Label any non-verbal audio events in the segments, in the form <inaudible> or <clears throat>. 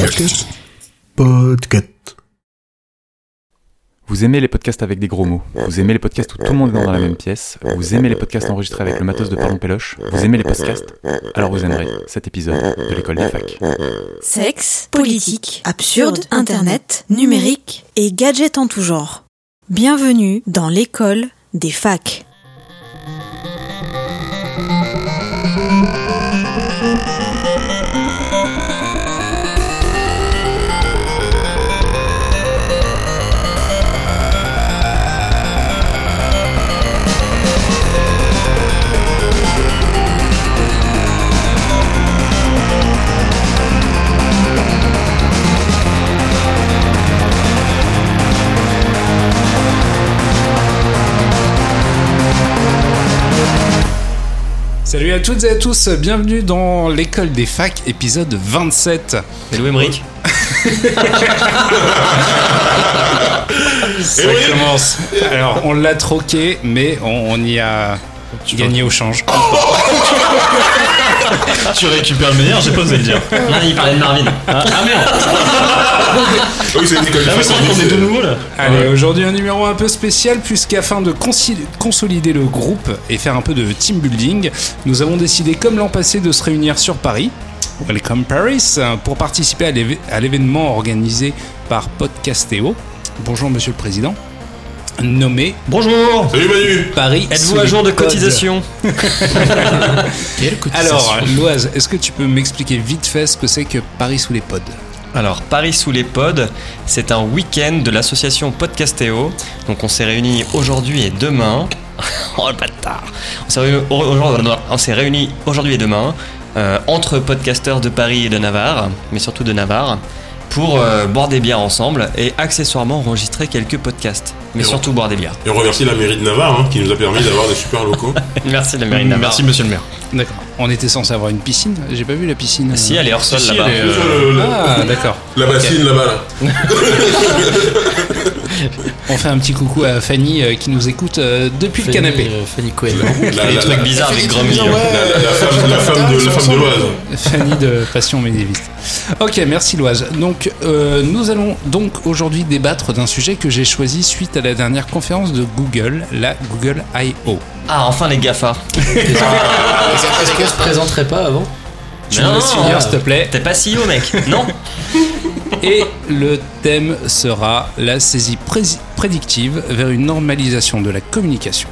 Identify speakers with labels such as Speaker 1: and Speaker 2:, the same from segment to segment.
Speaker 1: Podcast. Podcast.
Speaker 2: Vous aimez les podcasts avec des gros mots. Vous aimez les podcasts où tout le monde est dans la même pièce. Vous aimez les podcasts enregistrés avec le matos de Pardon Péloche. Vous aimez les podcasts Alors vous aimerez cet épisode de l'école des facs.
Speaker 3: Sexe, politique, absurde, internet, numérique et gadgets en tout genre. Bienvenue dans l'école des facs.
Speaker 4: Salut à toutes et à tous, bienvenue dans l'école des facs, épisode
Speaker 5: Eh
Speaker 4: 27.
Speaker 5: Hello Emmerich.
Speaker 4: Ça commence. Alors, on l'a troqué, mais on, on y a gagné au change.
Speaker 5: Ah, Tu récupères le meilleur, j'ai pas osé le dire. Là, il parlait de Marvin. Ah, merde Ah
Speaker 6: Oui, c'est une école de
Speaker 5: Là, mais c'est vrai qu'on est de nouveau là.
Speaker 4: Allez, aujourd'hui un numéro un peu spécial, puisqu'afin de consi- consolider le groupe et faire un peu de team building, nous avons décidé, comme l'an passé, de se réunir sur Paris. Welcome Paris, euh, pour participer à l'éve- à l'événement organisé par Podcastéo. Bonjour, monsieur le président. Nommé
Speaker 5: Bonjour
Speaker 6: Salut Manu
Speaker 4: Paris.
Speaker 5: Êtes-vous
Speaker 4: sous
Speaker 5: à
Speaker 4: les
Speaker 5: jour de
Speaker 4: codes.
Speaker 5: cotisation
Speaker 4: Alors, Loise, est-ce que tu peux m'expliquer vite fait ce que c'est que Paris sous les pods
Speaker 5: Alors, Paris sous les pods, c'est un week-end de l'association Podcastéo. Donc, on s'est réunis aujourd'hui et demain. <laughs> oh le bâtard On s'est réunis aujourd'hui- on s'est réunis aujourd'hui et demain euh, entre podcasteurs de Paris et de Navarre, mais surtout de Navarre, pour euh, boire des bières ensemble et accessoirement enregistrer quelques podcasts. Mais
Speaker 6: Et on-
Speaker 5: surtout boire des bières.
Speaker 6: Et on remercie la mairie de Navarre hein, qui nous a permis d'avoir des
Speaker 5: <laughs>
Speaker 6: super locaux.
Speaker 5: Merci la mairie de Navarre.
Speaker 7: Merci monsieur le maire.
Speaker 4: D'accord. On était censé avoir une piscine J'ai pas vu la piscine. euh.
Speaker 5: Si, elle est hors sol
Speaker 7: Si, si,
Speaker 5: là-bas.
Speaker 7: elle est,
Speaker 6: Sur
Speaker 7: euh,
Speaker 6: le- le-
Speaker 4: Ah, d'accord.
Speaker 6: La bassine là-bas là.
Speaker 4: On fait un petit coucou à Fanny euh, qui nous écoute euh, depuis le canapé.
Speaker 7: Fanny Cohen.
Speaker 6: La,
Speaker 5: des
Speaker 6: la-
Speaker 5: trucs
Speaker 6: la-
Speaker 5: bizarres avec Grumpy.
Speaker 6: la- la- la femme, la femme de, la femme de l'Oise.
Speaker 4: Fanny de Passion médiéviste. Ok, merci Loise. Donc, euh, nous allons donc aujourd'hui débattre d'un sujet que j'ai choisi suite à la dernière conférence de Google, la Google I.O.
Speaker 5: Ah, enfin les GAFA.
Speaker 7: Est-ce que je présenterai pas avant
Speaker 4: Tu me le souviens, s'il te plaît.
Speaker 5: T'es pas CEO, mec. Non
Speaker 4: Et le thème sera la saisie pré- prédictive vers une normalisation de la communication.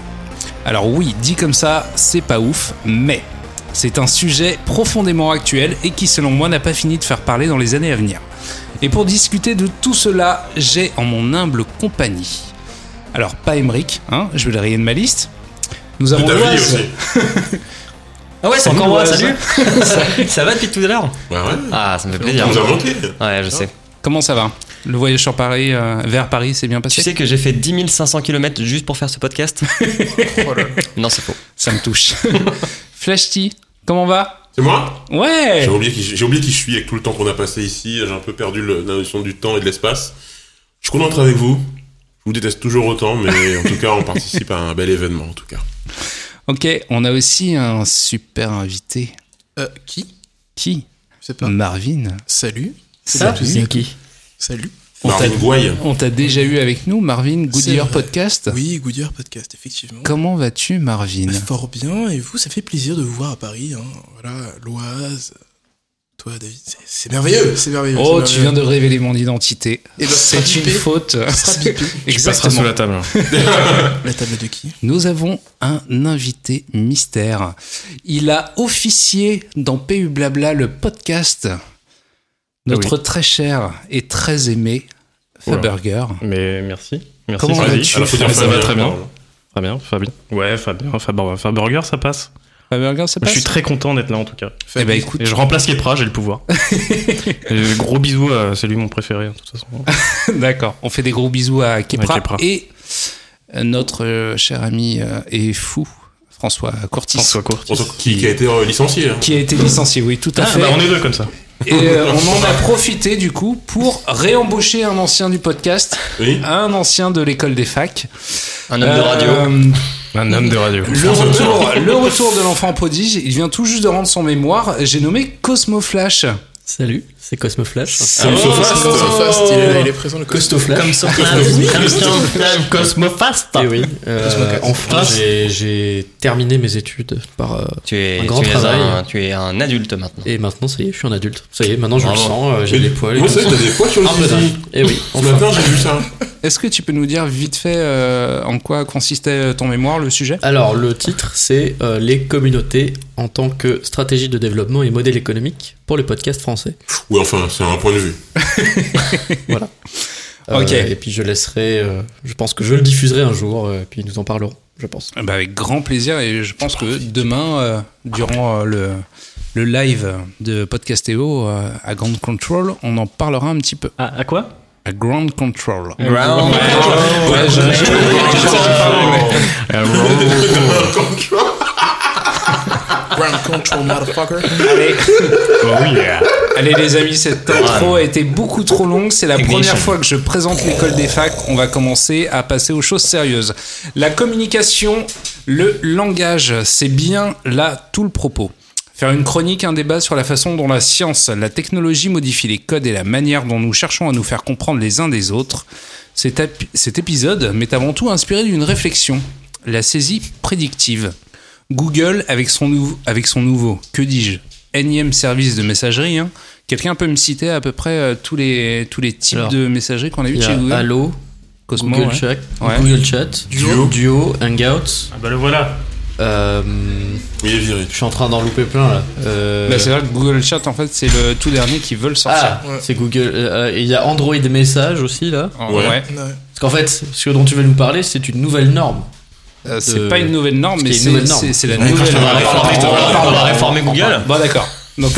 Speaker 4: Alors oui, dit comme ça, c'est pas ouf, mais c'est un sujet profondément actuel et qui selon moi n'a pas fini de faire parler dans les années à venir. Et pour discuter de tout cela, j'ai en mon humble compagnie. Alors pas Emric, hein, je vais le rayer de ma liste. Nous
Speaker 6: De
Speaker 4: avons
Speaker 6: ta vie
Speaker 4: Loaz.
Speaker 6: aussi.
Speaker 5: Ah ouais, c'est
Speaker 4: Salut,
Speaker 5: encore moi,
Speaker 4: Loaz.
Speaker 5: salut ça, <laughs> ça va depuis tout à l'heure
Speaker 6: Bah ouais.
Speaker 5: Ah, ça me fait
Speaker 6: On
Speaker 5: plaisir.
Speaker 6: nous a manqué.
Speaker 5: Ouais, je sais.
Speaker 4: Comment ça va Le voyage sur Paris, euh, vers Paris, s'est bien passé
Speaker 5: Tu sais que j'ai fait 10 500 km juste pour faire ce podcast Non, c'est faux.
Speaker 4: Ça me touche. <laughs> Flashty, comment on va
Speaker 6: C'est moi
Speaker 4: Ouais
Speaker 6: J'ai oublié qui j'ai oublié qui je suis avec tout le temps qu'on a passé ici. J'ai un peu perdu le- la notion du temps et de l'espace. Je suis content d'être avec vous. Je vous déteste toujours autant, mais en tout cas, on participe à un bel événement. En tout cas.
Speaker 4: Ok, on a aussi un super invité.
Speaker 7: Euh, qui
Speaker 4: Qui
Speaker 7: Je sais pas.
Speaker 4: Marvin.
Speaker 7: Salut.
Speaker 4: Hmm. Ça,
Speaker 7: c'est qui Salut.
Speaker 4: On t'a-
Speaker 6: Marvin Gouaille.
Speaker 4: On t'a déjà eu avec nous, Marvin,
Speaker 7: C'est
Speaker 4: Goodyear
Speaker 7: vrai.
Speaker 4: Podcast.
Speaker 7: Oui, Goodyear Podcast, effectivement.
Speaker 4: Comment vas-tu, Marvin
Speaker 7: Fort bien, et vous, ça fait plaisir de vous voir à Paris. Hein. Voilà, l'Oise. Toi, David, c'est- c'est merveilleux, c'est merveilleux.
Speaker 4: Oh, tu viens de révéler mon identité.
Speaker 7: Et
Speaker 4: C'est une faute. <laughs>
Speaker 8: sous
Speaker 4: Exactement.
Speaker 8: la table. hein.
Speaker 7: La table de qui
Speaker 4: Nous avons un invité mystère. Il a officié dans PU Blabla le podcast. Notre très cher et très aimé
Speaker 8: Oula.
Speaker 4: Faberger.
Speaker 8: Mais merci. Merci
Speaker 4: Comment
Speaker 8: Fabien.
Speaker 4: vas-tu
Speaker 6: Alors, faut dire
Speaker 8: Ça
Speaker 6: Fabien,
Speaker 8: va très bien.
Speaker 6: pardon.
Speaker 8: Fabien, Fabien. Ouais, Fabien, Fabien, Faburger, ça passe.
Speaker 4: Faberger, ça
Speaker 8: Je
Speaker 4: passe
Speaker 8: suis très content d'être là en tout cas.
Speaker 4: Eh ben écoute,
Speaker 8: Et je remplace Kepra, j'ai le pouvoir. Et gros bisous, à- c'est lui mon préféré hein, de toute façon.
Speaker 4: D'accord. On fait des gros bisous à Kepra,
Speaker 8: À Kepra.
Speaker 4: et notre euh, cher ami euh, et fou François Courtis.
Speaker 8: François Court.
Speaker 6: On sent Qui, qui a été euh, licencié. hein.
Speaker 4: Qui a été licencié, oui, tout à
Speaker 8: Ah
Speaker 4: fait.
Speaker 8: bah on est deux comme ça.
Speaker 4: Et euh, on en a profité du coup pour réembaucher un ancien du podcast,
Speaker 6: Oui.
Speaker 4: un ancien de l'école des facs.
Speaker 5: Un homme
Speaker 4: <laughs>
Speaker 5: de radio.
Speaker 4: Euh,
Speaker 8: Un homme de radio.
Speaker 4: le, retour, le retour de l'enfant prodige, il vient tout juste de rendre son mémoire. J'ai nommé Cosmo Flash.
Speaker 9: Salut, c'est Cosmoflash.
Speaker 6: Ah,
Speaker 7: Sauf
Speaker 6: Sofast.
Speaker 7: Fast, Sauf Fast, il est là, il est présent le costaud.
Speaker 9: Cosmoflash.
Speaker 5: Cosmoflash. Cosmofast.
Speaker 9: Et oui, euh,
Speaker 7: Cosmocast.
Speaker 9: enfin j'ai- j'ai terminé mes études par euh,
Speaker 5: Tu es,
Speaker 9: Un grand
Speaker 5: tu, es
Speaker 9: travail.
Speaker 5: un, tu es un adulte maintenant.
Speaker 9: et maintenant ça y est, je suis un adulte. Ça y est, maintenant je le
Speaker 5: Bravo.
Speaker 9: sens, euh, j'ai
Speaker 6: Mais
Speaker 9: des poils. et
Speaker 6: Moi,
Speaker 9: tout
Speaker 6: c'est
Speaker 9: ça.
Speaker 6: vrai, t'as des poils sur le
Speaker 9: Ah, bah,
Speaker 6: zizi.
Speaker 4: Eh
Speaker 9: Et oui,
Speaker 6: Ce
Speaker 9: enfin.
Speaker 6: matin, j'ai vu <laughs> ça.
Speaker 4: Est-ce que tu peux nous dire vite fait euh, en quoi consistait ton mémoire, le sujet
Speaker 9: Alors, le titre, c'est euh, Les communautés en tant que stratégie de développement et modèle économique pour le podcast français.
Speaker 6: Oui, enfin, c'est un point de vue.
Speaker 4: Ok.
Speaker 9: Euh, Et puis, je laisserai, euh, je pense que je le diffuserai un jour, euh, puis nous en parlerons, je pense.
Speaker 4: Eh ben, Avec grand plaisir et je pense que demain, euh, durant euh, le, le live de Podcastéo euh, à Grand Control, on en parlera un petit peu.
Speaker 8: Ah, à quoi
Speaker 4: À Grand Control.
Speaker 5: Ground.
Speaker 4: Ouais, je-
Speaker 7: Ground control, motherfucker.
Speaker 4: Allez. Allez les amis, cette intro a été beaucoup trop longue. C'est la
Speaker 5: Ignition.
Speaker 4: première fois que je présente l'école des facs. On va commencer à passer aux choses sérieuses. La communication, le langage, c'est bien là tout le propos. Faire une chronique, un débat sur la façon dont la science, la technologie modifie les codes et la manière dont nous cherchons à nous faire comprendre les uns des autres. Cet, ap- cet épisode m'est avant tout inspiré d'une réflexion, la saisie prédictive. Google avec son, nou- avec son nouveau, que dis-je, énième service de messagerie. hein. Quelqu'un peut me citer à peu près euh, tous, les, tous les types
Speaker 9: Alors,
Speaker 4: de messagerie qu'on a eu
Speaker 9: Il y
Speaker 4: chez
Speaker 9: a
Speaker 4: Google
Speaker 9: Allo,
Speaker 4: Cosmo,
Speaker 9: Google,
Speaker 4: ouais.
Speaker 9: Chat,
Speaker 4: Ouais.
Speaker 9: Google Chat,
Speaker 6: Duo.
Speaker 9: Duo, Hangouts.
Speaker 8: Ah bah le voilà.
Speaker 9: euh,
Speaker 6: Il est viré.
Speaker 9: je suis en train d'en louper plein là. Euh,
Speaker 4: Bah, c'est vrai que Google Chat, en fait, c'est le tout dernier qu'ils veulent sortir.
Speaker 9: ah, c'est Google. euh, et Il y a Android Message aussi là.
Speaker 4: En-
Speaker 6: ouais.
Speaker 4: ouais.
Speaker 7: Ouais.
Speaker 9: Parce qu'en fait, ce dont tu veux nous parler, c'est une nouvelle norme.
Speaker 4: Euh, C'est
Speaker 9: Euh,
Speaker 4: pas une nouvelle norme,
Speaker 9: c'est
Speaker 4: mais
Speaker 9: une
Speaker 4: c'est
Speaker 9: nouvelle norme.
Speaker 4: c'est- c'est la
Speaker 9: Ouais,
Speaker 4: nouvelle
Speaker 5: On va
Speaker 4: norme.
Speaker 5: réformer- on va- on va réformer Google.
Speaker 4: Bon, d'accord. Donc,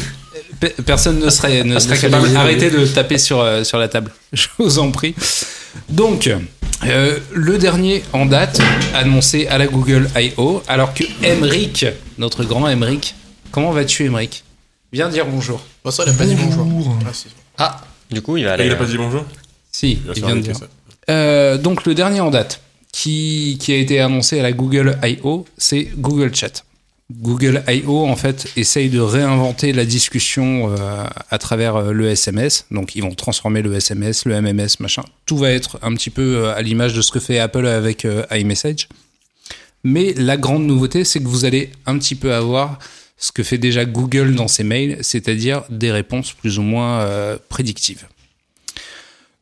Speaker 4: pe- personne ne serait, ne serait capable.
Speaker 9: désolé.
Speaker 4: Arrêtez de taper sur, euh, sur la table. <laughs> Je vous en prie. Donc, euh, le dernier en date, annoncé à la Google I.O., alors que Emric, notre grand Emric, comment vas-tu, Emric Viens dire bonjour.
Speaker 7: Bon, ça, il a pas dit bonjour. Ah, si.
Speaker 5: Ah, du coup, il va
Speaker 6: Ah,
Speaker 5: aller. euh,
Speaker 6: Il a pas dit bonjour
Speaker 4: Si,
Speaker 6: Il va se
Speaker 4: euh, il
Speaker 6: faire
Speaker 4: vient de
Speaker 6: niquer,
Speaker 4: dire.
Speaker 6: ça.
Speaker 4: Euh, donc le dernier en date qui, qui a été annoncé à la Google I.O., c'est Google Chat. Google I.O. en fait essaye de réinventer la discussion euh, à travers euh, le SMS. Donc ils vont transformer le SMS, le MMS, machin. Tout va être un petit peu euh, à l'image de ce que fait Apple avec euh, iMessage. Mais la grande nouveauté, c'est que vous allez un petit peu avoir ce que fait déjà Google dans ses mails, c'est-à-dire des réponses plus ou moins euh, prédictives.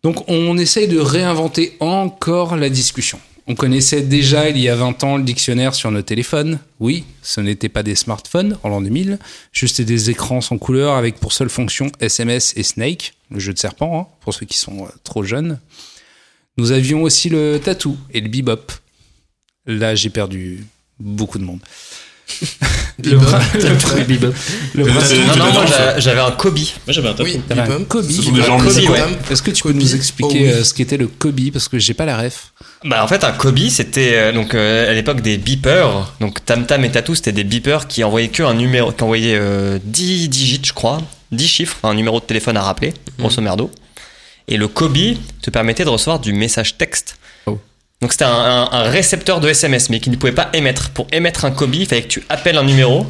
Speaker 4: Donc on essaye de réinventer encore la discussion. On connaissait déjà il y a 20 ans le dictionnaire sur nos téléphones. Oui, ce n'était pas des smartphones en l'an 2000, juste des écrans sans couleur avec pour seule fonction SMS et Snake, le jeu de serpent, hein, pour ceux qui sont euh, trop jeunes. Nous avions aussi le tatou et le bebop. Là, j'ai perdu beaucoup de monde. le bra- le bra- le bras-
Speaker 6: C'est-
Speaker 5: Non, non,
Speaker 6: c'est
Speaker 5: moi
Speaker 6: dedans, ça.
Speaker 5: j'a- j'avais un Kobe.
Speaker 7: Oui,
Speaker 4: T'avais un
Speaker 7: Bebop.
Speaker 4: Kobe.
Speaker 7: Ce
Speaker 6: sont des gens
Speaker 7: Kobe,
Speaker 5: musicaux, ouais.
Speaker 7: Bebop.
Speaker 4: Est-ce que tu peux
Speaker 7: Kobe.
Speaker 4: nous expliquer
Speaker 7: Oh oui.
Speaker 4: euh, ce qu'était le Kobe Parce que j'ai pas la ref.
Speaker 5: Bah en fait un Kobe c'était euh, donc euh, à l'époque des beepers donc Tam Tam et Tatou c'était des beepers qui envoyaient que un numéro qui envoyaient euh, 10 digits je crois 10 chiffres un numéro de téléphone à
Speaker 4: Mhm.
Speaker 5: rappeler grosso merdo et le Kobe te permettait de recevoir du message texte
Speaker 9: Oh.
Speaker 5: donc c'était un, un- un récepteur de SMS mais qui ne pouvait pas émettre pour émettre un Kobe il fallait que tu appelles un numéro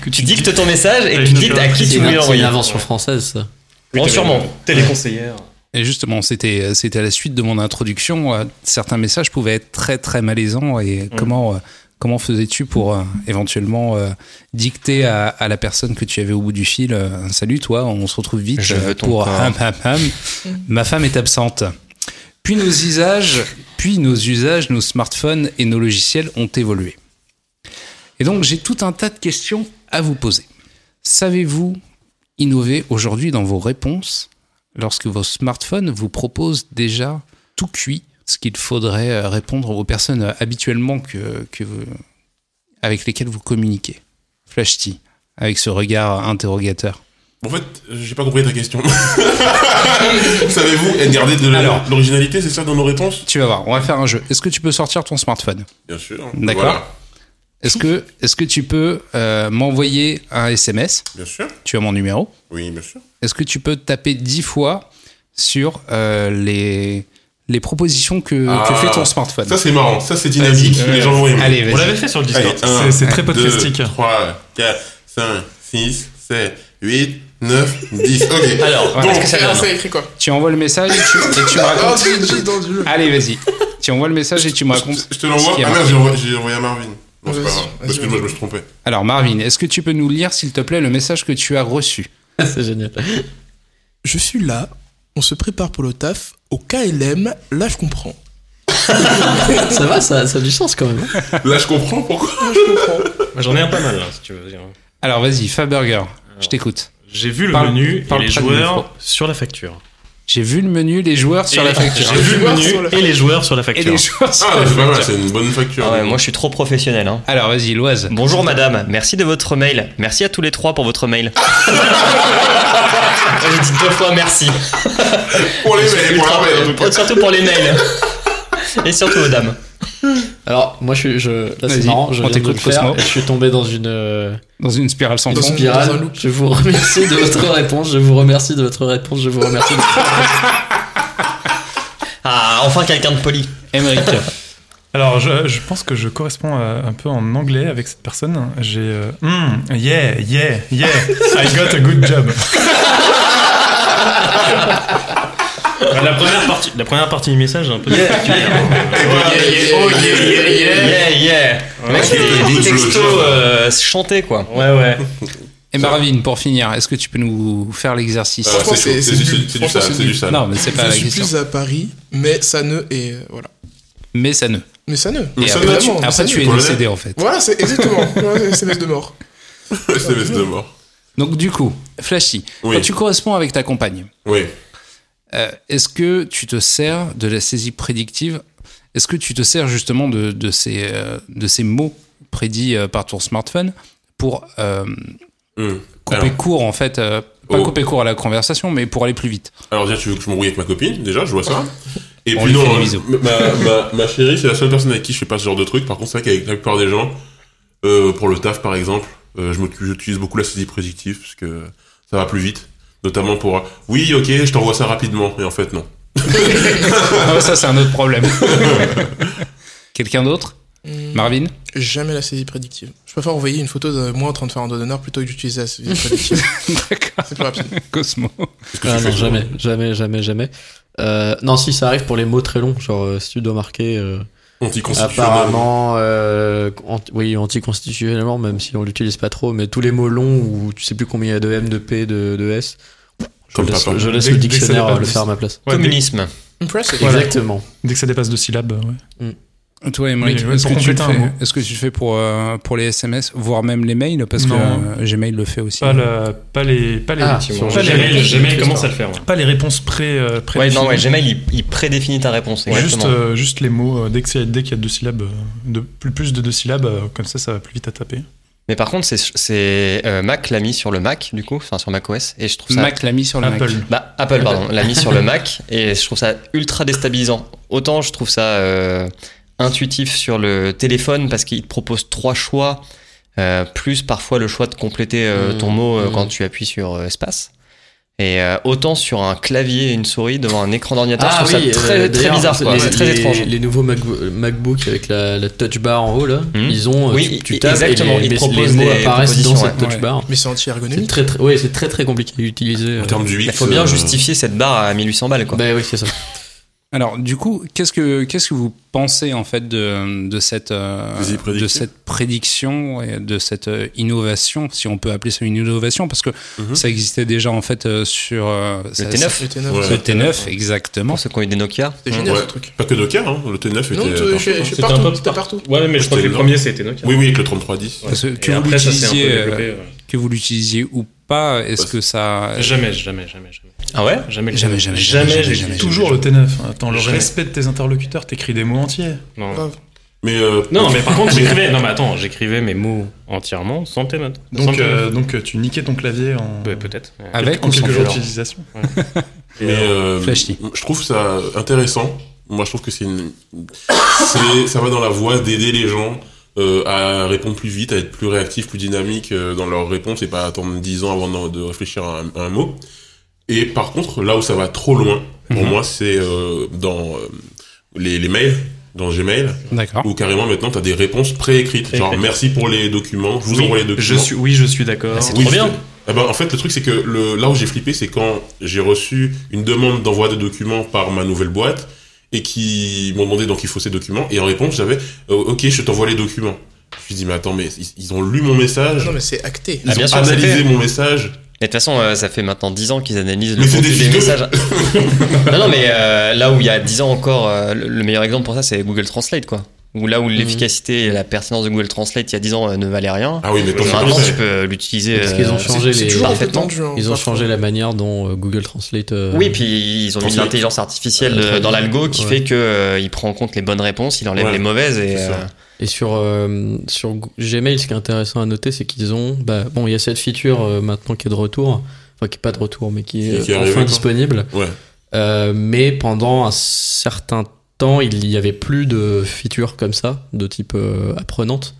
Speaker 5: que tu Ah, dictes ton message et
Speaker 8: Et
Speaker 5: que tu
Speaker 8: une
Speaker 5: dictes à
Speaker 8: opération.
Speaker 5: qui
Speaker 9: C'est
Speaker 5: tu
Speaker 9: une,
Speaker 5: voulais
Speaker 9: c'est une
Speaker 5: l'envoyer
Speaker 9: invention française, ça.
Speaker 5: Oh, sûrement
Speaker 8: Téléconseillère.
Speaker 4: Et justement, c'était euh, c'était à la suite de mon introduction. euh, Certains messages pouvaient être très très malaisants.
Speaker 5: Mm.
Speaker 4: Et comment euh, comment faisais-tu pour euh, éventuellement euh, dicter à, à la personne que tu avais au bout du fil euh, Salut toi, on se retrouve vite
Speaker 5: Je
Speaker 4: euh,
Speaker 5: veux ton
Speaker 4: pour
Speaker 5: corps.
Speaker 4: ham, ham, ham. Ma femme est absente. Puis nos usages, puis nos usages, nos smartphones et nos logiciels ont évolué. Et donc j'ai tout un tas de questions à vous poser. Savez-vous innover aujourd'hui dans vos réponses lorsque vos smartphones vous proposent déjà tout cuit ce qu'il faudrait euh, répondre aux personnes euh, habituellement que, que vous- avec lesquelles vous communiquez Flash T, avec ce regard interrogateur.
Speaker 6: En fait, j'ai pas compris ta question. <laughs> Savez-vous garder de la-
Speaker 4: Alors.
Speaker 6: l'originalité, c'est ça, dans nos réponses
Speaker 4: Tu vas voir, on va faire un jeu. Est-ce que tu peux sortir ton smartphone
Speaker 6: Bien sûr.
Speaker 4: D'accord.
Speaker 6: Voilà.
Speaker 4: Est-ce que, est que tu peux euh, m'envoyer un SMS
Speaker 6: Bien sûr.
Speaker 4: Tu as mon numéro
Speaker 6: Oui, bien sûr.
Speaker 4: Est-ce que tu peux taper dix fois sur euh, les, les propositions que,
Speaker 6: Ah.
Speaker 4: que fait ton smartphone
Speaker 6: Ça, c'est marrant. Ça, c'est dynamique.
Speaker 8: Vas-y.
Speaker 6: Les gens vont aimer.
Speaker 4: Allez,
Speaker 8: On
Speaker 4: vas-y.
Speaker 8: l'avait fait sur le
Speaker 6: Allez,
Speaker 8: Discord.
Speaker 6: un,
Speaker 8: C'est- C'est très
Speaker 6: deux,
Speaker 8: podcastique.
Speaker 6: 3, 4, 5, 6, 7, 8, 9, 10. Ok.
Speaker 5: <laughs> Alors,
Speaker 4: Ouais.
Speaker 6: Bon,
Speaker 5: est-ce que ça
Speaker 7: Ah,
Speaker 5: donne
Speaker 7: ça écrit quoi
Speaker 4: Tu envoies le message et tu, et tu me
Speaker 7: Ah,
Speaker 4: racontes.
Speaker 7: j'ai j'ai tendu le.
Speaker 4: Allez, vas-y. Tu envoies le message et tu me
Speaker 6: je,
Speaker 4: racontes.
Speaker 6: te- je te
Speaker 4: ce
Speaker 6: l'envoie.
Speaker 4: qui est
Speaker 6: Ah
Speaker 5: hein.
Speaker 6: merde,
Speaker 4: marqué.
Speaker 6: j'ai envoyé, j'ai envoyé à Marvin. Non, c'est
Speaker 7: Vas-y,
Speaker 6: pas grave.
Speaker 7: vas-y,
Speaker 6: Parce que
Speaker 7: vas-y.
Speaker 6: moi, je me suis trompé.
Speaker 4: Alors, Marvin, est-ce que tu peux nous lire, s'il te plaît, le message que tu as reçu
Speaker 9: <laughs> C'est génial.
Speaker 7: Je suis là, on se prépare pour le taf, au KLM, là je comprends.
Speaker 9: Ça va, ça, ça a du sens quand même.
Speaker 6: Là, je comprends pourquoi.
Speaker 5: J'en ai un pas mal, là, si tu veux.
Speaker 4: Alors, vas-y, Faberger, je t'écoute.
Speaker 8: J'ai vu le
Speaker 4: Parle-
Speaker 8: menu et
Speaker 4: parle
Speaker 8: les
Speaker 4: pas de
Speaker 8: joueurs sur la facture.
Speaker 4: J'ai vu le menu, les joueurs sur
Speaker 8: Et
Speaker 4: la
Speaker 8: les-
Speaker 4: facture.
Speaker 8: J'ai vu le
Speaker 7: joueurs sur la
Speaker 8: menu et les joueurs sur la
Speaker 4: Et
Speaker 8: facture.
Speaker 4: les joueurs sur
Speaker 6: Ah,
Speaker 4: la
Speaker 6: c'est pas mal,
Speaker 4: facture.
Speaker 6: c'est une bonne facture.
Speaker 5: Ah ouais, moi, je suis trop professionnel. Hein.
Speaker 4: Alors, vas-y, Loise.
Speaker 5: Bonjour madame, merci de votre mail. Merci à tous les trois pour votre mail. J'ai dit deux fois merci.
Speaker 6: pour les mails, pour la mail, en tout cas.
Speaker 5: Surtout pour les mails. Et surtout aux dames.
Speaker 9: Alors, moi, je suis. Je, là, c'est
Speaker 4: Vas-y,
Speaker 9: marrant, je
Speaker 4: on
Speaker 9: viens de
Speaker 4: t'écoute,
Speaker 9: le faire
Speaker 4: Cosmo.
Speaker 9: et je suis tombé dans une, euh,
Speaker 4: Dans une spirale sans
Speaker 9: une
Speaker 4: fond.
Speaker 7: dans un
Speaker 9: spirale.
Speaker 7: loop.
Speaker 9: Je vous remercie de votre réponse, je vous remercie de votre réponse, je vous remercie de
Speaker 5: Ah, enfin quelqu'un de poli.
Speaker 4: Emmerich.
Speaker 8: Alors, je, je pense que je corresponds euh, un peu en anglais avec cette personne. J'ai. euh, Hmm, yeah, yeah, yeah, I got a good job. <laughs> la, première partie, la première partie du message est un peu.
Speaker 6: Et voilà,
Speaker 5: Oh yeah yeah
Speaker 6: Ah,
Speaker 5: yeah yeah Mec, c'est des
Speaker 6: Ouais.
Speaker 5: textos euh, chantés quoi.
Speaker 8: Ouais, ouais.
Speaker 4: Et Marvin, pour finir, est-ce que tu peux nous faire l'exercice
Speaker 6: Ah,
Speaker 7: Franchement,
Speaker 6: c'est chaud,
Speaker 7: c'est- c'est
Speaker 6: c'est du-
Speaker 7: nul.
Speaker 6: c'est du
Speaker 7: Franchement,
Speaker 6: sale,
Speaker 7: c'est
Speaker 6: c'est du
Speaker 7: nul.
Speaker 6: sale. <laughs>
Speaker 4: Non, mais c'est pas
Speaker 7: Je
Speaker 4: la
Speaker 7: suis
Speaker 4: question.
Speaker 7: plus à Paris, mais ça ne et euh, voilà.
Speaker 4: Mais ça ne.
Speaker 7: Mais ça ne.
Speaker 4: Et
Speaker 6: ça
Speaker 4: après,
Speaker 6: ne,
Speaker 4: tu,
Speaker 7: vraiment,
Speaker 4: après,
Speaker 7: ça ne.
Speaker 4: tu es
Speaker 6: Voilà.
Speaker 4: décédé, en fait.
Speaker 7: Voilà, c'est exactement. Ouais, SMS de mort.
Speaker 6: SMS de mort.
Speaker 4: Donc, du coup, Flashy,
Speaker 6: Oui.
Speaker 4: quand tu corresponds avec ta compagne,
Speaker 6: Oui.
Speaker 4: Euh, Est-ce que tu te sers de la saisie prédictive Est-ce que tu te sers justement de, de ces, euh, de ces mots prédits euh, par ton smartphone pour euh,
Speaker 6: Hum.
Speaker 4: couper
Speaker 6: Alors.
Speaker 4: court en fait euh, Pas
Speaker 6: Oh.
Speaker 4: couper court à la conversation, mais pour aller plus vite.
Speaker 6: Alors déjà, tu veux que je m'embrouille avec ma copine, déjà, je vois ça. Et
Speaker 4: On
Speaker 6: puis
Speaker 4: lui
Speaker 6: non,
Speaker 4: fait des
Speaker 6: euh,
Speaker 4: bisous.
Speaker 6: ma, ma, ma chérie, c'est la seule personne avec qui je fais pas ce genre de truc. Par contre, c'est vrai qu'avec la plupart des gens, euh, pour le taf par exemple, euh, je m'occupe- j'utilise beaucoup la saisie prédictive parce que ça va plus vite. Notamment pour euh, oui, ok, je t'envoie ça rapidement. Et en fait, non.
Speaker 4: Ah, ça, c'est un autre
Speaker 6: <laughs>
Speaker 4: problème. Quelqu'un d'autre
Speaker 7: Hmm,
Speaker 4: Marvin
Speaker 7: Jamais la saisie prédictive. Je préfère envoyer une photo de moi en train de faire un doigt d'honneur plutôt que d'utiliser la saisie prédictive.
Speaker 4: D'accord.
Speaker 7: c'est plus rapide.
Speaker 4: Cosmo.
Speaker 6: Qu'est-ce que
Speaker 9: Ah
Speaker 6: tu <laughs>
Speaker 9: non,
Speaker 6: fais,
Speaker 9: jamais, jamais, jamais, jamais. Euh, non, si ça arrive pour les mots très longs, genre euh, si tu dois marquer euh,
Speaker 6: Anticonstitutionnel.
Speaker 9: apparemment, euh, anti- oui, anticonstitutionnellement, même si on l'utilise pas trop, mais tous les mots longs où tu sais plus combien il y a de M, de P, de, de S, je
Speaker 6: Comme
Speaker 9: laisse,
Speaker 6: papa.
Speaker 9: je laisse
Speaker 8: Dès-
Speaker 9: le
Speaker 8: dès que ça
Speaker 9: dictionnaire euh,
Speaker 8: dépasse
Speaker 9: le
Speaker 8: dix.
Speaker 9: faire à ma place.
Speaker 8: Ouais, dès,
Speaker 5: Communisme.
Speaker 7: Impressive.
Speaker 8: Voilà.
Speaker 5: Ah,
Speaker 9: Exactement.
Speaker 8: dès que ça dépasse deux syllabes, ouais.
Speaker 4: Toi, Emmerich,
Speaker 8: Oui, ouais,
Speaker 4: est-ce
Speaker 8: pour
Speaker 4: que, tu le
Speaker 8: compléter un mot.
Speaker 4: fais- est-ce que tu le fais pour, euh, pour les SMS, voire même les mails Parce que
Speaker 8: Non.
Speaker 4: euh, Gmail le fait aussi.
Speaker 8: Pas, la- pas les. Pas les
Speaker 9: Ah,
Speaker 8: effectivement.
Speaker 9: sur
Speaker 8: pas les-
Speaker 9: Gmail, Gmail commence
Speaker 8: à le faire. Pas les réponses pré, euh, pré
Speaker 5: Ouais non ouais Gmail il, il prédéfinit ta réponse
Speaker 8: Juste,
Speaker 5: exactement.
Speaker 8: euh, juste les mots, euh, dès que c'est- dès qu'il y a deux syllabes, euh, de, plus, plus de deux syllabes, euh, comme ça, ça va plus vite à taper.
Speaker 5: Mais par contre c'est c'est euh, Mac l'a mis sur le Mac du coup, enfin sur macOS et je trouve ça
Speaker 4: Mac l'a mis sur le Mac.
Speaker 8: Apple.
Speaker 5: Bah, Apple, pardon, l'a mis sur le Mac et je trouve ça ultra déstabilisant. Autant je trouve ça euh, intuitif sur le téléphone parce qu'il te propose trois choix, euh, plus parfois le choix de compléter euh,
Speaker 9: Mmh,
Speaker 5: ton mot euh,
Speaker 9: mmh.
Speaker 5: quand tu appuies sur euh, espace. Et euh, autant sur un clavier et une souris devant un écran d'ordinateur, je trouve ça Ah très, très
Speaker 9: euh, d'ailleurs,
Speaker 5: bizarre, quoi.
Speaker 9: les-
Speaker 5: c'est très
Speaker 9: les-
Speaker 5: étrange.
Speaker 9: Les nouveaux Mac- MacBook avec la, la touch bar en haut, là,
Speaker 5: Hmm.
Speaker 9: ils ont. euh,
Speaker 5: Oui,
Speaker 9: tu,
Speaker 5: i-
Speaker 9: tu tapes
Speaker 5: exactement,
Speaker 9: et
Speaker 5: ils
Speaker 9: les, les
Speaker 5: proposent
Speaker 9: mots
Speaker 5: des
Speaker 9: apparaissent dans
Speaker 5: propositions,
Speaker 9: cette touch
Speaker 4: ouais.
Speaker 9: bar.
Speaker 7: Mais c'est
Speaker 9: C'est
Speaker 7: anti-ergonomique.
Speaker 9: très, très, ouais, c'est très très compliqué à utiliser.
Speaker 6: En
Speaker 9: euh.
Speaker 6: termes du
Speaker 5: Il
Speaker 6: X.
Speaker 5: faut bien
Speaker 6: euh,
Speaker 5: justifier cette barre à 1800 balles, quoi.
Speaker 9: Bah oui, c'est ça.
Speaker 4: Alors, du coup, qu'est-ce que qu'est-ce que vous pensez en fait de, de cette euh,
Speaker 6: Saisie prédictive
Speaker 4: de cette prédiction et de cette euh, innovation, si on peut appeler ça une innovation, parce que
Speaker 6: Mhm.
Speaker 4: ça existait déjà en fait euh, sur euh, ça-
Speaker 5: T9.
Speaker 4: ça-
Speaker 7: Le T9,
Speaker 6: Ouais.
Speaker 4: le
Speaker 7: c'est-
Speaker 4: T9, exactement.
Speaker 5: Pour ceux qui ont eu des Nokia.
Speaker 7: C'est génial ce
Speaker 6: Ouais.
Speaker 7: truc.
Speaker 6: Pas que Docker, hein. le T9 était.
Speaker 7: Non, tu- je
Speaker 6: parfait,
Speaker 7: suis- je
Speaker 6: hein.
Speaker 7: suis
Speaker 10: C'était un
Speaker 7: partout.
Speaker 10: peu
Speaker 7: C'était
Speaker 10: par-
Speaker 7: partout.
Speaker 10: Ouais, mais je crois que les
Speaker 6: C'était
Speaker 10: premiers c'était Nokia.
Speaker 6: Oui, oui, avec le 3310.
Speaker 4: Parce que,
Speaker 10: Et
Speaker 4: que vous
Speaker 10: après, ça s'est un peu
Speaker 4: l'utilisiez,
Speaker 10: développé, ouais.
Speaker 4: euh, que vous l'utilisiez ou pas, est-ce
Speaker 6: Bah,
Speaker 4: que ça
Speaker 10: Jamais, jamais, jamais, jamais.
Speaker 5: Ah ouais
Speaker 10: Jamais,
Speaker 4: euh, Jamais, jamais, jamais, jamais,
Speaker 10: j'ai-
Speaker 4: jamais,
Speaker 8: Toujours le T9. Attends, le
Speaker 10: Jamais.
Speaker 8: respect de tes interlocuteurs, t'écris des mots entiers.
Speaker 10: Non.
Speaker 7: Grave.
Speaker 6: Mais euh,
Speaker 10: Non, mais <laughs> par contre, j'écrivais. Non, mais attends, j'écrivais mes mots entièrement sans tes notes.
Speaker 8: Donc, euh, donc euh, tu niquais ton clavier en,
Speaker 5: bah,
Speaker 10: peut-être. ouais.
Speaker 4: avec
Speaker 8: en
Speaker 4: ou sans
Speaker 8: quelques jours
Speaker 4: Alors,
Speaker 8: d'utilisation.
Speaker 6: Mais euh,
Speaker 4: Flashy.
Speaker 6: je trouve ça intéressant. Moi, je trouve que c'est une. c'est- ça va dans la voie d'aider les gens euh, à répondre plus vite, à être plus réactifs, plus dynamiques euh, dans leurs réponses et pas attendre 10 ans avant de, de réfléchir à un, à un mot. Et par contre, là où ça va trop loin, pour
Speaker 4: Mhm.
Speaker 6: moi, c'est euh, dans euh, les, les mails, dans Gmail,
Speaker 4: D'accord.
Speaker 6: où carrément maintenant, tu as des réponses Ah. préécrites. Genre,
Speaker 10: Préécrites.
Speaker 6: merci pour les documents, je vous envoie les documents. Ah,
Speaker 8: je suis, oui, je suis d'accord.
Speaker 5: C'est trop bien.
Speaker 6: Eh ben, en fait, le truc, c'est que le, là où j'ai flippé, c'est quand j'ai reçu une demande d'envoi de documents par ma nouvelle boîte et qui m'ont demandé donc il faut ces documents. Et en réponse, j'avais euh, Ok, je t'envoie les documents. Je me suis dit, mais attends, mais ils, ils ont lu mon message,
Speaker 7: Non, mais c'est acté.
Speaker 6: ils
Speaker 5: Ah, bien
Speaker 6: ont
Speaker 5: sûr, c'est fait.
Speaker 6: analysé mon message.
Speaker 5: Mais de toute façon, euh, ça fait maintenant 10 ans qu'ils analysent le
Speaker 6: Mais c'est
Speaker 5: contenu
Speaker 6: des
Speaker 5: des
Speaker 6: vidéos. <laughs>
Speaker 5: messages. non, non, mais euh, là où il y a 10 ans encore, euh, le- le meilleur exemple pour ça, c'est Google Translate, quoi. Ou là où
Speaker 6: Mhm.
Speaker 5: l'efficacité et la pertinence de Google Translate il y a 10 ans euh, ne valait rien.
Speaker 6: Ah oui, mais tant
Speaker 5: Maintenant, tu
Speaker 6: pis.
Speaker 5: peux l'utiliser.
Speaker 9: Parce qu'ils ont
Speaker 5: euh,
Speaker 9: changé
Speaker 7: C'est
Speaker 9: les.
Speaker 7: toujours un peu
Speaker 5: parfaitement.
Speaker 7: tendu, hein,
Speaker 9: Ils ont
Speaker 7: parfois.
Speaker 9: changé la manière dont euh, Google Translate. euh,
Speaker 5: Oui, puis ils ont mis de
Speaker 6: Translate.
Speaker 5: l'intelligence artificielle
Speaker 9: Euh,
Speaker 5: euh, dans l'algo qui
Speaker 9: ouais.
Speaker 5: fait que euh, il prend en compte les bonnes réponses, il enlève
Speaker 6: Ouais,
Speaker 5: les mauvaises et
Speaker 6: c'est ça.
Speaker 5: euh,
Speaker 9: Et sur, euh, sur G- Gmail, ce qui est intéressant à noter, c'est qu'ils ont. Bah, bon, il y a cette feature euh, maintenant qui est de retour. Enfin, qui est pas de retour, mais qui est, euh,
Speaker 6: Qui- qui est
Speaker 9: enfin
Speaker 6: arrivée, quoi.
Speaker 9: disponible.
Speaker 6: Ouais.
Speaker 9: Euh, mais pendant un certain temps, il n'y avait plus de feature comme ça, de type euh, apprenante.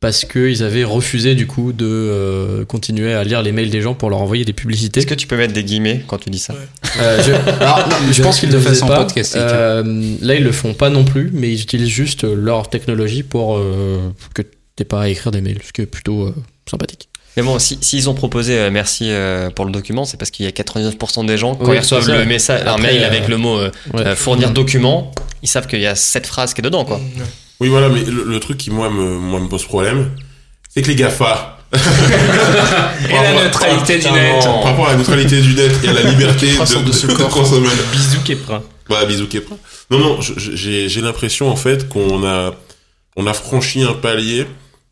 Speaker 9: Parce qu'ils avaient refusé, du coup, de euh, continuer à lire les mails des gens pour leur envoyer des publicités.
Speaker 5: est-ce que tu peux mettre des guillemets quand tu dis ça
Speaker 9: Euh, je, alors, je pense qu'ils ne le
Speaker 4: fassent
Speaker 9: faisaient
Speaker 4: en
Speaker 9: pas.
Speaker 4: podcast,
Speaker 9: Euh, là, ils le font pas non plus, mais ils utilisent juste euh, leur technologie pour euh, que t'aies pas à écrire des mails, ce qui est plutôt euh, sympathique.
Speaker 5: Mais bon, si- s'ils ont proposé euh, merci euh, pour le document, c'est parce qu'il y a 99% des gens, quand
Speaker 9: Oui,
Speaker 5: ils reçoivent
Speaker 9: c'est ça.
Speaker 5: le message, un
Speaker 9: Après,
Speaker 5: mail
Speaker 9: euh,
Speaker 5: avec le mot euh,
Speaker 9: Ouais.
Speaker 5: euh, fournir document, ils savent qu'il y a cette phrase qui est dedans, quoi.
Speaker 6: Oui, voilà, mais le, le truc qui, moi me, moi, me pose problème, c'est que
Speaker 7: <laughs>
Speaker 6: les GAFA.
Speaker 4: Et la neutralité du net.
Speaker 6: Par rapport à la neutralité du net et à la
Speaker 7: <laughs>
Speaker 6: liberté de,
Speaker 7: Croissant de ce
Speaker 6: de
Speaker 7: corps.
Speaker 6: consommer.
Speaker 10: Bisous Kepra.
Speaker 6: Bah, bisous Kepra. Non, non, je- je- j'ai j'ai l'impression en fait qu'on a, on a franchi un palier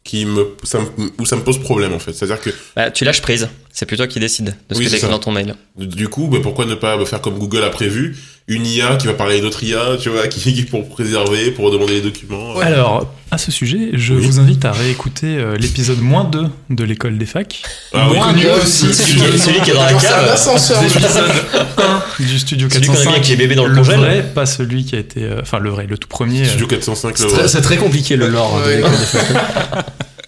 Speaker 6: qui me, ça me- où ça me pose problème en fait. C'est-à-dire que
Speaker 5: Bah, tu lâches prise. C'est plutôt toi qui décide de ce
Speaker 6: Oui,
Speaker 5: que
Speaker 6: c'est
Speaker 5: t'écris
Speaker 6: ça.
Speaker 5: dans ton mail.
Speaker 6: du coup, bah, pourquoi ne pas faire comme Google a prévu, une IA qui va parler à une autre IA, tu vois, <laughs> qui, qui- pour préserver, pour demander les documents. euh.
Speaker 8: Alors, à ce sujet, je
Speaker 6: Oui.
Speaker 8: vous invite à réécouter euh, l'épisode moins 2 de l'école des
Speaker 5: <laughs>
Speaker 8: facs,
Speaker 6: Ah oui,
Speaker 8: Moins
Speaker 6: connu.
Speaker 8: de-
Speaker 5: Celui qui est- celui qui est dans la
Speaker 7: Genre, c'est un
Speaker 5: cave.
Speaker 7: ascenseur.
Speaker 8: l'épisode 1 du studio
Speaker 5: Celui qu'on a mis avec
Speaker 8: 405.
Speaker 5: les bébés dans le
Speaker 8: Le
Speaker 5: congèle.
Speaker 8: vrai, pas celui qui a été. euh, Enfin, le vrai, le tout premier. euh,
Speaker 6: Studio 405, le
Speaker 9: C'est très compliqué le lore. hein,
Speaker 7: de Ouais.
Speaker 9: <laughs>
Speaker 7: l'école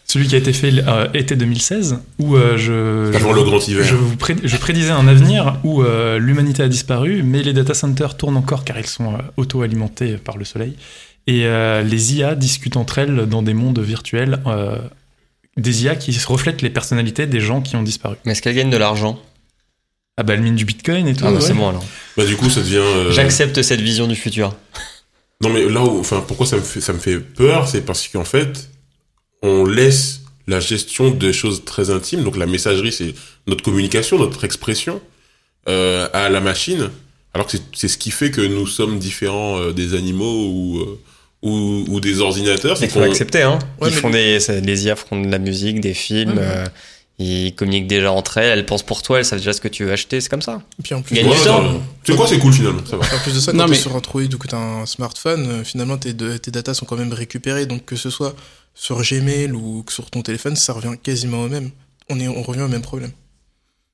Speaker 8: Celui qui a été fait euh, été 2016, où euh, je,
Speaker 6: Avant
Speaker 8: je-
Speaker 6: le grand hiver.
Speaker 8: je, vous préd- je prédisais un avenir où euh, l'humanité a disparu, mais les data centers tournent encore car ils sont euh, auto-alimentés par le soleil. Et euh, les IA discutent entre elles dans des mondes virtuels, euh, des IA qui se reflètent les personnalités des gens qui ont disparu.
Speaker 5: Mais est-ce qu'elle gagne de l'argent
Speaker 8: Ah bah, elle mine du bitcoin et tout.
Speaker 5: Ah, bah,
Speaker 8: ouais.
Speaker 5: c'est bon alors.
Speaker 6: Bah, du coup, ça devient. euh,
Speaker 5: J'accepte cette vision du futur.
Speaker 6: Non mais là où, enfin, pourquoi ça me fait, ça me fait peur, c'est parce qu'en fait, on laisse la gestion de choses très intimes, donc la messagerie, c'est notre communication, notre expression, euh, à la machine, alors que c'est- c'est ce qui fait que nous sommes différents euh, des animaux ou, euh, ou, ou des ordinateurs.
Speaker 5: Il
Speaker 6: C'est
Speaker 5: faut
Speaker 6: qu'on
Speaker 5: l'accepter, hein.
Speaker 7: Ouais,
Speaker 5: ils
Speaker 7: mais-
Speaker 5: font des, ça- les IA font de la musique, des
Speaker 7: Ouais,
Speaker 5: films,
Speaker 7: ouais.
Speaker 5: euh, ils communiquent déjà entre elles, elles pensent pour toi, elles savent déjà ce que tu veux acheter, c'est comme ça.
Speaker 7: Et puis en plus,
Speaker 5: Il y a
Speaker 6: Ouais,
Speaker 5: une histoire.
Speaker 6: non, non. Tu sais quoi, c'est cool finalement, ça va.
Speaker 7: en plus de ça, quand
Speaker 4: Non,
Speaker 7: t'es
Speaker 4: mais-
Speaker 7: sur Android ou que t'as un smartphone, euh, finalement tes, de- tes datas sont quand même récupérées. Donc que ce soit sur Gmail ou que sur ton téléphone, ça revient quasiment au même. On, est, on revient au même problème.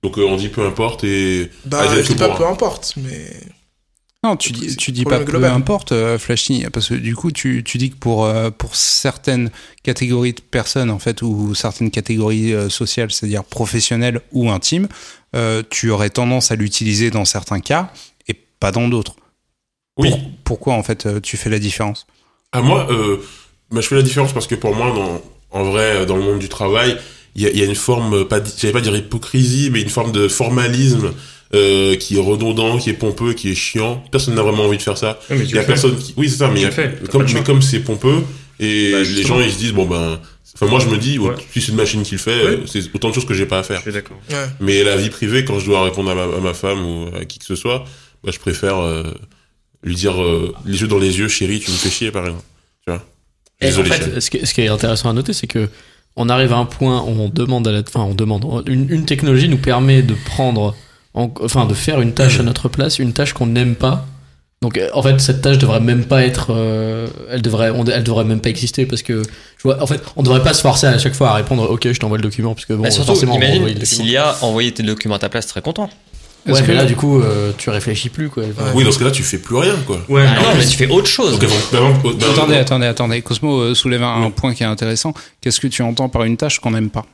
Speaker 6: Donc euh, on dit peu importe et
Speaker 5: Ah,
Speaker 7: Bah,
Speaker 6: Vas-y,
Speaker 7: je dis
Speaker 6: tout
Speaker 7: pas
Speaker 6: pour
Speaker 7: peu
Speaker 5: hein.
Speaker 7: importe, mais.
Speaker 4: Non, tu dis,
Speaker 7: C'est
Speaker 4: tu dis pas
Speaker 7: problème
Speaker 4: peu
Speaker 7: global.
Speaker 4: importe, euh, Flashy, parce que du coup, tu, tu dis que pour, euh, pour certaines catégories de personnes, en fait, ou certaines catégories euh, sociales, c'est-à-dire professionnelles ou intimes, euh, tu aurais tendance à l'utiliser dans certains cas et pas dans d'autres.
Speaker 6: oui.
Speaker 4: Pour- pourquoi, en fait, euh, tu fais la différence
Speaker 6: À moi, euh, bah, je fais la différence parce que pour moi, dans- en vrai, euh, dans le monde du travail, il y a, il y a une forme, euh, pas, di- j'allais pas dire hypocrisie, mais une forme de formalisme euh, qui est redondant, qui est pompeux, qui est chiant. Personne n'a vraiment envie de faire ça.
Speaker 10: Mais tu
Speaker 6: Il y a
Speaker 10: le fais.
Speaker 6: personne qui. Oui, c'est ça, mais,
Speaker 10: Tu
Speaker 6: il y a-
Speaker 10: le fais, t'as
Speaker 6: comme,
Speaker 10: pas le
Speaker 6: mais
Speaker 10: choix.
Speaker 6: comme c'est pompeux, et
Speaker 10: Bah,
Speaker 6: les
Speaker 10: justement.
Speaker 6: gens, ils se disent, bon ben. Enfin, moi, je me dis, oh,
Speaker 10: Ouais.
Speaker 6: si c'est une machine qui le fait, euh, c'est autant de choses que j'ai pas à faire.
Speaker 10: Je suis d'accord.
Speaker 7: Ouais.
Speaker 6: Mais la vie privée, quand je dois répondre à ma, à ma femme ou à qui que ce soit, bah, je préfère euh, lui dire euh, les yeux dans les yeux, chérie, tu me fais chier, par exemple. Tu vois
Speaker 9: Et en
Speaker 6: Désolé, chérie.
Speaker 9: fait, ce qui, ce qui est intéressant à noter, c'est que on arrive à un point où on demande à la, enfin, on demande une, une technologie nous permet de prendre, en- enfin, de faire une
Speaker 5: Mmh.
Speaker 9: tâche à notre place, une tâche qu'on n'aime pas. Donc, euh, en fait, cette tâche devrait même pas être, euh, elle devrait, on- elle devrait même pas exister parce que, je vois, en fait, on devrait pas se forcer à chaque fois à répondre, ok, je t'envoie le document parce que bon,
Speaker 5: Bah, surtout,
Speaker 9: forcément, on va envoyer le
Speaker 5: imagine,
Speaker 9: document.
Speaker 5: s'il y a envoyé tes documents à ta place, très content.
Speaker 9: Ouais,
Speaker 4: Parce
Speaker 9: mais
Speaker 4: que-
Speaker 9: là, du coup, euh, tu réfléchis plus, quoi. Enfin,
Speaker 6: Oui, dans ce cas-là, tu fais plus rien, quoi.
Speaker 10: Ouais,
Speaker 5: Ah non, mais tu fais autre chose.
Speaker 6: Donc, avant- avant-
Speaker 7: Bah,
Speaker 6: avant-
Speaker 4: Attendez, attendez, attendez. Cosmo euh, soulève un, un point qui est intéressant. Qu'est-ce que tu entends par une tâche qu'on n'aime pas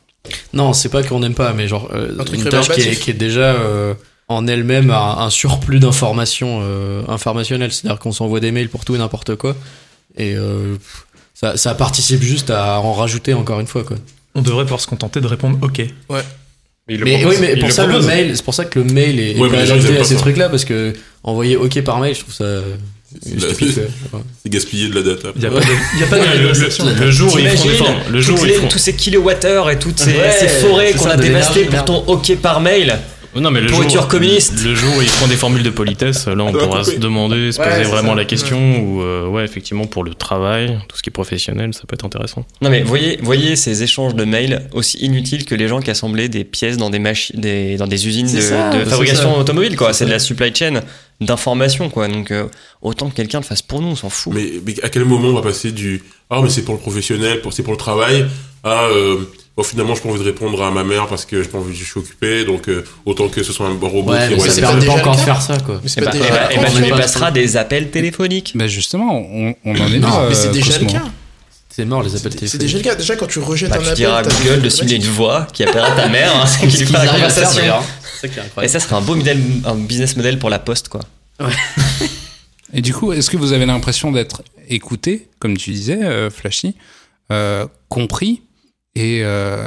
Speaker 9: Non, c'est pas qu'on n'aime pas, mais genre euh,
Speaker 7: Un truc
Speaker 9: une tâche qui est,
Speaker 7: rébarbatif.
Speaker 9: qui est déjà euh, en elle-même un, un surplus d'informations euh, informationnelles. C'est-à-dire qu'on s'envoie des mails pour tout et n'importe quoi. Et euh, pff, ça, ça participe juste à en rajouter encore une fois. Quoi.
Speaker 8: On devrait pouvoir se contenter de répondre OK.
Speaker 10: Mais, il le
Speaker 9: Mais
Speaker 10: propose.
Speaker 9: oui, mais
Speaker 10: Il
Speaker 9: pour
Speaker 10: le
Speaker 9: ça, le
Speaker 10: propose.
Speaker 9: mail, c'est pour ça que le mail est, est
Speaker 6: Ouais, mais
Speaker 9: pas
Speaker 6: les gens, ils
Speaker 9: adapté
Speaker 6: aiment
Speaker 9: à
Speaker 6: pas
Speaker 9: ces
Speaker 6: ça.
Speaker 9: trucs-là, parce que envoyer OK par mail, je trouve ça euh,
Speaker 6: C'est-
Speaker 9: stupide.
Speaker 6: c'est-
Speaker 9: quoi. Ouais.
Speaker 6: C'est gaspiller de la data.
Speaker 8: Il n'y a pas de- y a pas de
Speaker 10: Ouais, le-
Speaker 8: négociation.
Speaker 10: le- le jour où ils font des
Speaker 5: T'imagines
Speaker 10: formes. Le jour
Speaker 5: toutes
Speaker 10: où ils
Speaker 5: les-
Speaker 10: font.
Speaker 5: tous ces kilowattheures et toutes ces,
Speaker 9: Ouais,
Speaker 5: ces forêts
Speaker 9: c'est
Speaker 5: qu'on
Speaker 9: ça,
Speaker 5: a
Speaker 9: de
Speaker 5: dévastées pour
Speaker 9: l'énergie,
Speaker 5: ton OK par mail.
Speaker 10: Non, mais le
Speaker 5: Pourriture
Speaker 10: jour,
Speaker 5: communiste.
Speaker 10: Le jour où ils font des formules de politesse, là, on
Speaker 6: Ça va
Speaker 10: pourra se
Speaker 6: couper.
Speaker 10: demander, se
Speaker 7: Ouais,
Speaker 10: poser
Speaker 7: c'est
Speaker 10: vraiment
Speaker 7: ça.
Speaker 10: la question. Ou, euh, ouais, effectivement, pour le travail, tout ce qui est professionnel, ça peut être intéressant.
Speaker 5: Non mais voyez, voyez ces échanges de mails aussi inutiles que les gens qui assemblaient des pièces dans des machines, des, dans des usines
Speaker 9: C'est
Speaker 5: de,
Speaker 9: ça,
Speaker 5: de
Speaker 9: c'est
Speaker 5: fabrication
Speaker 9: ça.
Speaker 5: automobile quoi.
Speaker 9: C'est
Speaker 5: C'est de
Speaker 9: ça.
Speaker 5: la supply chain d'information quoi. Donc euh, autant que quelqu'un le fasse pour nous, on s'en fout.
Speaker 6: Mais, mais à quel moment on va passer du Ah, mais c'est pour le professionnel, pour, c'est pour le travail, à euh, Bon, finalement, je pas envie de répondre à ma mère parce que j'ai pas envie, je suis occupé, donc euh, autant que ce soit un robot
Speaker 9: Ouais,
Speaker 6: qui
Speaker 9: mais
Speaker 7: ouais,
Speaker 9: ça
Speaker 7: c'est
Speaker 9: permet
Speaker 7: déjà
Speaker 9: pas
Speaker 7: le
Speaker 9: encore
Speaker 7: cas.
Speaker 9: faire ça, quoi.
Speaker 7: Mais c'est
Speaker 5: Et
Speaker 7: pas
Speaker 5: bah,
Speaker 7: déjà
Speaker 5: eh
Speaker 7: le
Speaker 5: bah, eh
Speaker 7: cas.
Speaker 5: bah, tu
Speaker 9: on
Speaker 5: lui
Speaker 9: est pas-
Speaker 5: passeras des appels téléphoniques.
Speaker 4: Bah justement, on, on en est là.
Speaker 7: Mais c'est
Speaker 4: euh,
Speaker 7: déjà le
Speaker 4: Cosmo.
Speaker 7: cas.
Speaker 9: C'est mort, les appels
Speaker 7: C'est- C'est
Speaker 9: téléphoniques.
Speaker 7: déjà le cas. Déjà, quand tu rejettes
Speaker 5: Bah,
Speaker 7: un
Speaker 5: tu
Speaker 7: appel.
Speaker 5: diras à
Speaker 7: t'as des
Speaker 5: Google de
Speaker 7: automatismes.
Speaker 5: simuler une voix qui appellera ta mère, hein, qui
Speaker 9: Qu'est-ce
Speaker 5: lui fait
Speaker 9: qu'ils
Speaker 5: la
Speaker 9: arrivent à faire,
Speaker 5: conversation.
Speaker 9: d'ailleurs C'est ça qui est
Speaker 5: Et
Speaker 9: incroyable.
Speaker 5: ça serait un beau modèle, un business model pour la poste quoi.
Speaker 4: Et du coup, est-ce que vous avez l'impression d'être écouté, comme tu disais, euh, Flashy, euh, compris Et euh,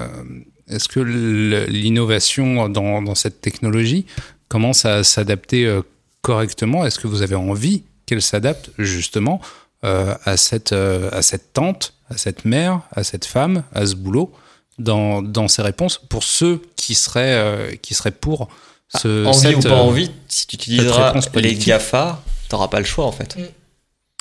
Speaker 4: est-ce que le- l'innovation dans, dans cette technologie commence à s'adapter euh, correctement Est-ce que vous avez envie qu'elle s'adapte justement euh, à, cette, euh, à cette tante, à cette mère, à cette femme, à ce boulot dans, dans ses réponses pour ceux qui seraient, euh, qui seraient pour ce,
Speaker 5: Ah, envie
Speaker 4: cette,
Speaker 5: ou pas
Speaker 4: euh,
Speaker 5: envie, si tu utiliseras
Speaker 4: réponse
Speaker 5: les
Speaker 4: politique.
Speaker 5: GAFA, t'auras pas le choix en fait.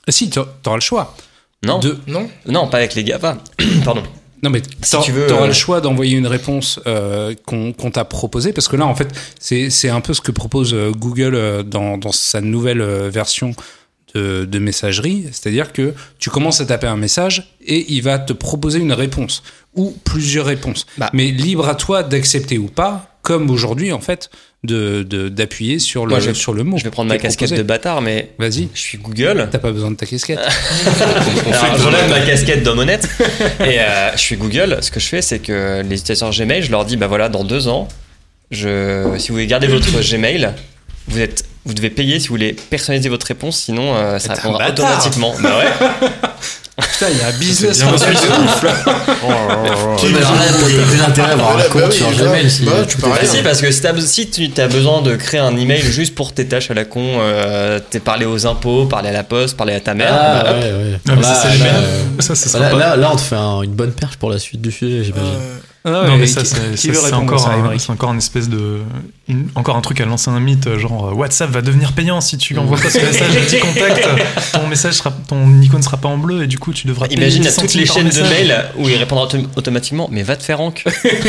Speaker 4: Ah, Si, t'a- t'auras le choix.
Speaker 5: Non,
Speaker 4: De,
Speaker 7: Non
Speaker 5: non, pas avec les GAFA. <clears throat> Pardon.
Speaker 4: Non, mais
Speaker 5: Si
Speaker 4: t'aur-
Speaker 5: tu veux,
Speaker 4: t'auras
Speaker 5: euh,
Speaker 4: le choix d'envoyer une réponse euh, qu'on qu'on t'a proposée, parce que là, en fait, c'est c'est un peu ce que propose euh, Google euh, dans, dans sa nouvelle euh, version de, de messagerie, c'est-à-dire que tu commences à taper un message et il va te proposer une réponse, ou plusieurs réponses.
Speaker 5: Bah.
Speaker 4: Mais libre à toi d'accepter ou pas, comme aujourd'hui, en fait, d'appuyer de, d'appuyer sur, le
Speaker 5: Moi, je vais-
Speaker 4: sur le mot.
Speaker 5: Je vais prendre ma
Speaker 4: qui est
Speaker 5: casquette de
Speaker 4: proposé.
Speaker 5: bâtard, mais
Speaker 4: Vas-y.
Speaker 5: je suis Google.
Speaker 4: T'as pas besoin de ta
Speaker 5: <laughs>
Speaker 4: casquette.
Speaker 5: Alors, je relève ma casquette
Speaker 4: <laughs>
Speaker 5: d'homme honnête. et euh, je suis Google. Ce que je fais, c'est que les utilisateurs Gmail, je leur dis, bah voilà, dans deux ans, je, si vous voulez garder votre Gmail, vous êtes, vous devez payer si vous voulez personnaliser votre réponse, sinon euh, ça
Speaker 4: T'es un
Speaker 5: répondra
Speaker 4: bâtard.
Speaker 5: automatiquement. bah ouais.
Speaker 4: Putain, il y a un business.
Speaker 10: bien
Speaker 4: model de ouf, là.
Speaker 7: Oh,
Speaker 9: Ouais, mais alors là, t'as des intérêts à
Speaker 7: Ouais,
Speaker 9: avoir un
Speaker 7: bah
Speaker 9: compte
Speaker 7: oui,
Speaker 9: sur
Speaker 7: grave.
Speaker 9: Gmail. si-
Speaker 7: Bah, tu
Speaker 9: tout est
Speaker 7: parles.
Speaker 5: Mais
Speaker 9: fait.
Speaker 5: si, parce que si, t'as- si tu as besoin de créer un email juste pour tes tâches à la con, euh, t'es parlé aux impôts, parler à la poste, parler à ta mère, bah,
Speaker 9: Ah,
Speaker 5: hop,
Speaker 9: ouais, ouais.
Speaker 8: Non, mais ça,
Speaker 9: Là,
Speaker 8: c'est
Speaker 9: là,
Speaker 8: génial.
Speaker 9: euh,
Speaker 8: Ça, c'est
Speaker 9: Là,
Speaker 8: sympa.
Speaker 9: là, là, on te fait un- une bonne perche pour la suite du sujet, j'imagine.
Speaker 7: Euh,
Speaker 4: Ah,
Speaker 8: non, mais
Speaker 4: et
Speaker 8: ça,
Speaker 4: qui-
Speaker 8: c'est
Speaker 4: qui
Speaker 8: ça,
Speaker 4: veut
Speaker 8: c'est
Speaker 4: répondre
Speaker 8: encore,
Speaker 4: à ça,
Speaker 8: un,
Speaker 4: Émeric
Speaker 8: c'est encore une espèce de. une- encore un truc à lancer un mythe, genre euh, WhatsApp va devenir payant si tu envoies pas ce message à tes contacts, ton message sera, ton icône sera pas en bleu et du coup tu devras payer
Speaker 5: Imagine
Speaker 8: 10
Speaker 5: à toutes
Speaker 8: centimes
Speaker 5: les
Speaker 8: par
Speaker 5: chaînes de
Speaker 8: message.
Speaker 5: mails où il répondra autom- automatiquement, mais va te faire rank.
Speaker 7: <laughs> oh,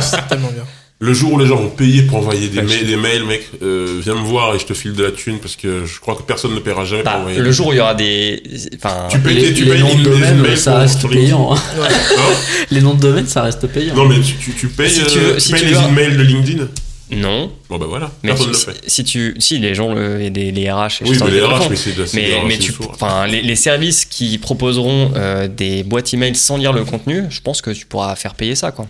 Speaker 7: c'est tellement bien.
Speaker 6: Le jour où les gens vont payer pour envoyer des, mails, des mails, mec, euh, viens me voir et je te file de la thune parce que je crois que personne ne paiera jamais pour
Speaker 5: Bah,
Speaker 6: envoyer.
Speaker 5: le jour où il y aura des. Enfin,
Speaker 6: Tu payes,
Speaker 9: Les,
Speaker 6: tu
Speaker 9: les
Speaker 6: payes
Speaker 9: noms de
Speaker 6: des
Speaker 9: domaine,
Speaker 6: mails
Speaker 9: ça
Speaker 6: pour-
Speaker 9: reste
Speaker 6: sur LinkedIn.
Speaker 9: payant. hein.
Speaker 6: Hein
Speaker 9: Les noms de domaine, ça reste payant.
Speaker 6: non, mais tu, tu, tu payes,
Speaker 5: Si tu
Speaker 6: euh,
Speaker 5: veux- si
Speaker 6: payes
Speaker 5: tu
Speaker 6: les
Speaker 5: veux-
Speaker 6: emails de LinkedIn.
Speaker 5: non.
Speaker 6: Bon, bah voilà,
Speaker 5: Mais
Speaker 6: personne ne le
Speaker 5: si,
Speaker 6: fait.
Speaker 5: si tu. Si, les gens, le- et des- les RH, et je
Speaker 6: Oui,
Speaker 5: sais
Speaker 6: mais
Speaker 5: pas,
Speaker 6: les
Speaker 5: ils le
Speaker 6: RH,
Speaker 5: font.
Speaker 6: mais c'est de la c'est
Speaker 5: Mais,
Speaker 6: de la-
Speaker 5: mais
Speaker 6: c'est hein.
Speaker 5: tu,
Speaker 6: du sourd.
Speaker 5: enfin, les, les services qui proposeront euh, des boîtes email sans lire le contenu, je pense que tu pourras faire payer ça, quoi.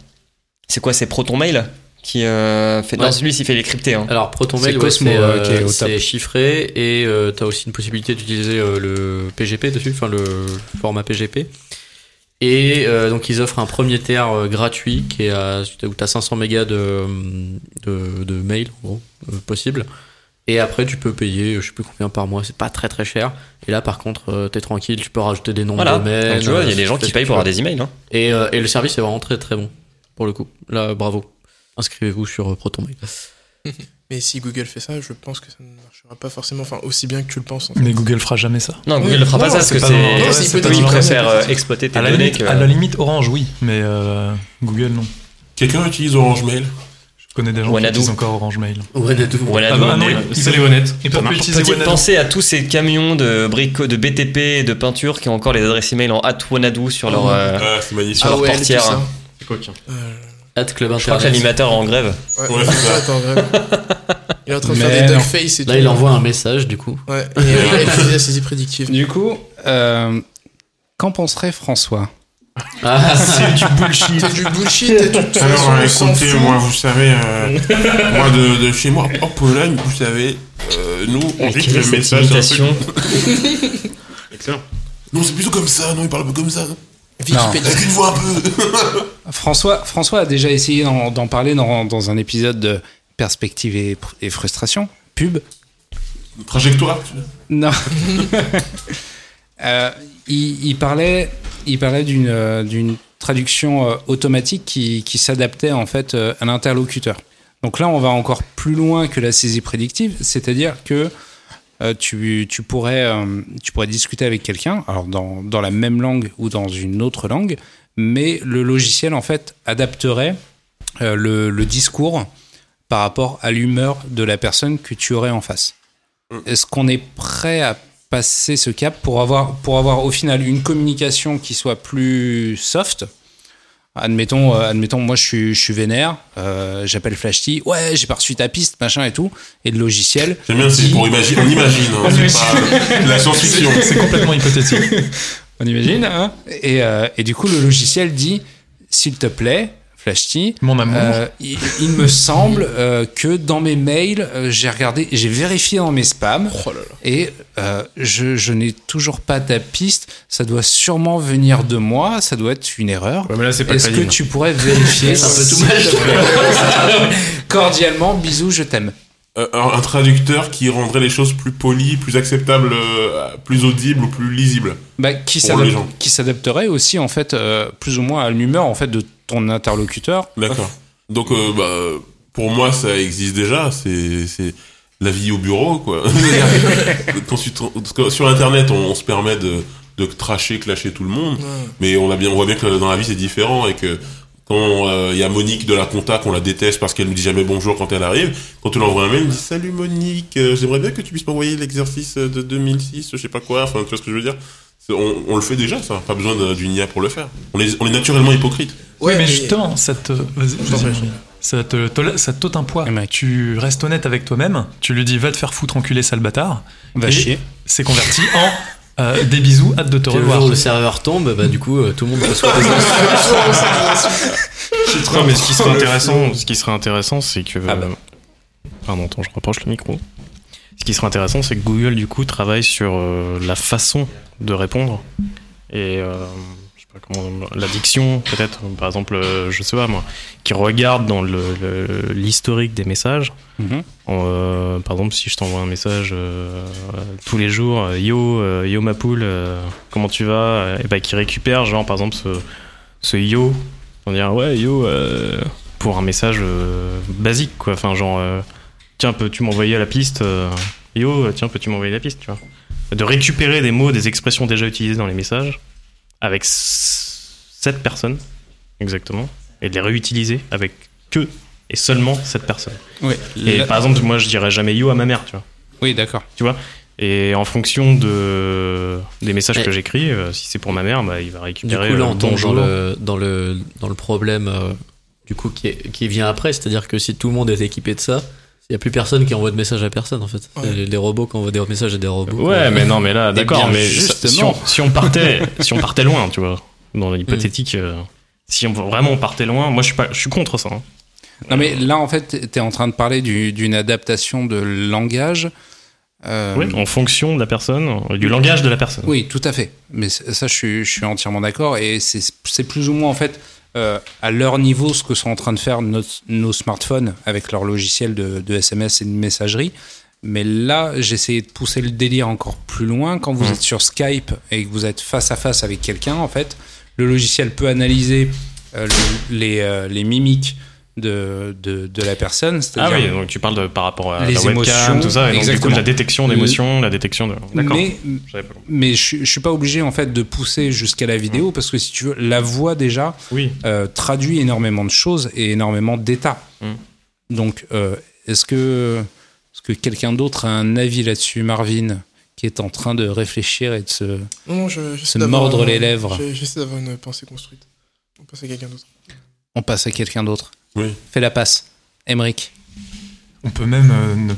Speaker 5: C'est quoi, c'est Proton Mail qui euh, fait. Non,
Speaker 9: Ouais.
Speaker 5: celui-ci fait les cryptés. Hein.
Speaker 9: Alors Proton
Speaker 4: C'est
Speaker 9: Mail, ouais,
Speaker 4: Cosmo,
Speaker 9: c'est
Speaker 4: euh, qui est
Speaker 9: euh,
Speaker 4: au
Speaker 9: c'est
Speaker 4: top.
Speaker 9: chiffré et euh, t'as aussi une possibilité d'utiliser euh, le PGP dessus, enfin le format PGP. Et euh, donc ils offrent un premier tiers euh, gratuit qui est à, où t'as 500 mégas de de, de mail en gros, euh, possible. Et après tu peux payer, euh, je sais plus combien par mois, c'est pas très très cher. Et là par contre euh, t'es tranquille, tu peux rajouter des noms
Speaker 5: Voilà.
Speaker 9: de domaine.
Speaker 5: Donc, tu vois, il y a
Speaker 9: euh,
Speaker 5: des gens
Speaker 9: fais
Speaker 5: qui
Speaker 9: ce que
Speaker 5: payent
Speaker 9: tu
Speaker 5: pour avoir
Speaker 9: veux.
Speaker 5: des emails. Hein.
Speaker 9: Et, euh, et le service est vraiment très très bon pour le coup. Là bravo, inscrivez-vous sur euh, Proton Mail.
Speaker 7: Mais si Google fait ça, je pense que ça ne marchera pas forcément. Enfin, aussi bien que tu le penses. En fait.
Speaker 8: Mais Google fera jamais ça.
Speaker 5: Non,
Speaker 7: Oui,
Speaker 5: Google ne fera pas
Speaker 7: non,
Speaker 5: ça parce
Speaker 8: c'est
Speaker 5: que
Speaker 8: pas
Speaker 5: c'est.
Speaker 8: dans-
Speaker 7: non, c'est
Speaker 5: eux,
Speaker 7: hypothétique.
Speaker 5: Ils préfèrent euh,
Speaker 7: C'est-
Speaker 5: exploiter tes
Speaker 8: À la,
Speaker 5: données
Speaker 8: limite,
Speaker 5: que.
Speaker 8: à la limite, Orange, oui, mais euh, Google, non.
Speaker 6: Quelqu'un utilise Orange Mail
Speaker 8: Je connais des gens qui
Speaker 5: Wanadu.
Speaker 8: utilisent encore Orange Mail.
Speaker 9: Wanadu.
Speaker 5: Voilà,
Speaker 8: Ah
Speaker 5: nous,
Speaker 8: bah,
Speaker 5: on
Speaker 8: non,
Speaker 5: est-
Speaker 8: il- il-
Speaker 10: C'est les honnêtes.
Speaker 8: Et
Speaker 10: Ça
Speaker 8: pour
Speaker 10: marche.
Speaker 8: utiliser
Speaker 5: Faut-il
Speaker 8: Wanadu
Speaker 5: penser à tous ces camions de bricots de BTP et de peinture qui ont encore les adresses email en atwanadou sur leur. euh,
Speaker 6: Ah, c'est magnifique.
Speaker 5: Ah, leur
Speaker 7: AOL,
Speaker 5: portière,
Speaker 7: tout ça.
Speaker 5: hein.
Speaker 7: Euh,
Speaker 9: At Club
Speaker 5: je crois que
Speaker 9: Internet.
Speaker 5: l'animateur est en grève.
Speaker 7: ouais,
Speaker 6: Ouais,
Speaker 7: ouais,
Speaker 6: c'est
Speaker 7: ça,
Speaker 6: ça.
Speaker 7: attends, vraiment. Il est en train de
Speaker 4: Mais
Speaker 7: faire des
Speaker 4: non.
Speaker 7: duckface et tout.
Speaker 9: Là, il envoie un message, du coup.
Speaker 7: Ouais, et euh, là, il fait des saisie prédictive.
Speaker 4: Du coup, euh, qu'en penserait François
Speaker 5: <laughs>
Speaker 9: Ah,
Speaker 7: C'est du bullshit et tout. de toute façon,
Speaker 6: Alors,
Speaker 7: on s'en
Speaker 6: écoutez,
Speaker 7: fout.
Speaker 6: moi, vous savez, euh,
Speaker 5: <laughs>
Speaker 6: moi, de, de chez moi, en Pologne, vous savez, euh, nous, on dit que le message, c'est un truc-
Speaker 5: imitation
Speaker 6: Non, c'est plutôt comme ça, non, il parle pas comme ça. Wikipédia. Avec une voix un peu. <laughs>
Speaker 4: François, François a déjà essayé d'en d'en parler dans, dans un épisode de Perspective et, pr- et Frustration, pub.
Speaker 6: Trajectoire. tu vois.
Speaker 4: Non. <laughs> Euh, il, il parlait, il parlait d'une euh, d'une traduction euh, automatique qui, qui s'adaptait en fait euh, à l'interlocuteur. Donc là, on va encore plus loin que la saisie prédictive, c'est-à-dire que euh, tu, tu, pourrais, euh, tu pourrais discuter avec quelqu'un, alors dans, dans la même langue ou dans une autre langue, mais le logiciel en fait adapterait euh, le, le discours par rapport à l'humeur de la personne que tu aurais en face. Est-ce qu'on est prêt à passer ce cap pour avoir, pour avoir au final une communication qui soit plus soft Admettons, euh, admettons moi je suis, je suis vénère, euh, j'appelle Flashty, ouais, j'ai pas reçu ta piste, machin et tout, et le logiciel.
Speaker 6: J'aime bien, c'est
Speaker 4: dit-
Speaker 6: pour imaginer. On imagine, hein, c'est pas de la <laughs> science-fiction.
Speaker 8: C'est complètement hypothétique.
Speaker 4: On imagine, hein et, euh, et du coup, le logiciel dit S'il te plaît, Flashty,
Speaker 8: Mon amour.
Speaker 4: euh, il, il me semble euh, que dans mes mails, euh, j'ai regardé, j'ai vérifié dans mes spams, et euh, je, je n'ai toujours pas ta piste. Ça doit sûrement venir de moi, ça doit être une erreur.
Speaker 10: Ouais, mais là, c'est pas
Speaker 4: Est-ce que
Speaker 10: Kadine.
Speaker 4: tu pourrais vérifier
Speaker 9: C'est un peu tout
Speaker 4: s'il te plaît Cordialement, bisous, je t'aime.
Speaker 6: Euh, un, un traducteur qui rendrait les choses plus polies, plus acceptables, euh, plus audibles ou plus lisibles.
Speaker 4: Bah, qui
Speaker 6: Pour
Speaker 4: s'adap-
Speaker 6: les gens.
Speaker 4: qui s'adapterait aussi en fait euh, plus ou moins à l'humeur en fait de ton interlocuteur.
Speaker 6: D'accord. Donc, euh, bah, pour moi, ça existe déjà. C'est c'est la vie au bureau, quoi. <laughs> Quand tu te- parce que sur Internet, on, on se permet de, de tracher, clasher tout le monde. Mais on, a bien, on voit bien que dans la vie, c'est différent et que. Quand euh, il y a Monique de la compta qu'on la déteste parce qu'elle nous dit jamais bonjour quand elle arrive, quand tu l'envoies un mail, elle dit salut Monique, euh, j'aimerais bien que tu puisses m'envoyer l'exercice de 2006, je sais pas quoi, enfin tu vois ce que je veux dire. C'est- On, on le fait déjà ça, pas besoin de- d'une IA pour le faire. On est, on est naturellement hypocrite.
Speaker 8: Oui, mais justement, ça te. vas-y, vas-y, Marie. ça te, te- ça te t'ôte un poids.
Speaker 4: Eh ben.
Speaker 8: Tu restes honnête avec toi-même, tu lui dis va te faire foutre, enculé, sale bâtard.
Speaker 4: Va
Speaker 8: Et
Speaker 4: chier.
Speaker 8: C'est <laughs> converti en euh, des bisous, hâte de te
Speaker 9: Le
Speaker 8: revoir.
Speaker 9: jour où le serveur tombe, bah du coup, euh, tout le monde reçoit des
Speaker 10: <laughs> <laughs> Non, mais ce
Speaker 7: Oh,
Speaker 10: qui serait intéressant, ce qui serait intéressant, c'est que.
Speaker 7: Ah bah.
Speaker 10: euh, Pardon, attends, je rapproche le micro. Ce qui serait intéressant, c'est que Google du coup travaille sur euh, la façon de répondre et euh, je sais pas comment la diction peut-être. Par exemple, euh, je sais pas moi, qui regarde dans le- le- l'historique des messages.
Speaker 4: Mhm.
Speaker 10: En, euh, par exemple, si je t'envoie un message euh, tous les jours, euh, yo, euh, yo ma poule, euh, comment tu vas Et bah, qui récupère, genre, par exemple, ce, ce yo, on dirait, ouais, yo, euh, pour un message euh, basique, quoi. Enfin, genre, euh, tiens, peux-tu m'envoyer la piste euh, Yo, tiens, peux-tu m'envoyer la piste, tu vois De récupérer des mots, des expressions déjà utilisées dans les messages avec s- cette personne, exactement, et de les réutiliser avec que et seulement cette personne.
Speaker 4: Oui.
Speaker 10: Et par exemple, moi, je dirais jamais yo à ma mère, tu vois.
Speaker 4: Oui, d'accord.
Speaker 10: Et en fonction de des messages
Speaker 9: Et-
Speaker 10: que j'écris, euh, si c'est pour ma mère, bah, il va
Speaker 9: Du
Speaker 10: récupérer
Speaker 9: coup, là,
Speaker 10: euh,
Speaker 9: on tombe
Speaker 10: bonjour.
Speaker 9: dans le, dans le, dans le problème euh, du coup, qui, est- qui vient après. C'est-à-dire que si tout le monde est équipé de ça, il n'y a plus personne qui envoie de message à personne, en fait. C'est
Speaker 7: Ouais.
Speaker 9: Les, les robots qui envoient des messages à des robots.
Speaker 10: Ouais, mais non, mais là, d'accord,
Speaker 9: bien,
Speaker 10: mais ça- si
Speaker 9: justement.
Speaker 10: on, si on partait, si on partait loin, tu vois, dans l'hypothétique, euh, si on vraiment partait loin, moi, je suis pas, je suis contre ça. hein.
Speaker 4: Non, mais là, en fait, tu es en train de parler du- d'une adaptation de langage. Euh,
Speaker 10: Oui, en fonction de la personne, euh, du langage de la personne.
Speaker 4: Oui, tout à fait. Mais c- ça, je suis, je suis entièrement d'accord. Et c'est c'est plus ou moins, en fait, euh, à leur niveau, ce que sont en train de faire nos, nos smartphones avec leur logiciel de, de SMS et de messagerie. Mais là, j'ai essayé de pousser le délire encore plus loin. Quand vous
Speaker 10: Mhm.
Speaker 4: êtes sur Skype et que vous êtes face à face avec quelqu'un, en fait, le logiciel peut analyser euh, le- les, euh, les mimiques de, de, de la personne.
Speaker 10: Ah
Speaker 4: C'est-à-dire
Speaker 10: oui, donc tu parles de, par rapport à
Speaker 4: Les
Speaker 10: la webcam,
Speaker 4: émotions,
Speaker 10: tout ça, et donc du coup,
Speaker 4: exactement.
Speaker 10: la détection d'émotions, la détection de. D'accord.
Speaker 4: Mais,
Speaker 10: J'avais pas compris.
Speaker 4: mais je, je suis pas obligé en fait de pousser jusqu'à la vidéo parce que si tu veux, la voix déjà
Speaker 10: Oui.
Speaker 4: euh, traduit énormément de choses et énormément d'états.
Speaker 10: Mm.
Speaker 4: Donc euh, est-ce que est-ce que quelqu'un d'autre a un avis là-dessus, Marvin, qui est en train de réfléchir et de se
Speaker 7: Non, non, je, j'essaie
Speaker 4: Se
Speaker 7: d'avoir
Speaker 4: mordre
Speaker 7: un-
Speaker 4: les lèvres.
Speaker 7: j'ai- J'essaie d'avoir une pensée construite. On passe à quelqu'un d'autre.
Speaker 4: on passe à quelqu'un d'autre.
Speaker 6: Oui.
Speaker 4: Fais la passe, Emric.
Speaker 8: On peut même, euh, ne-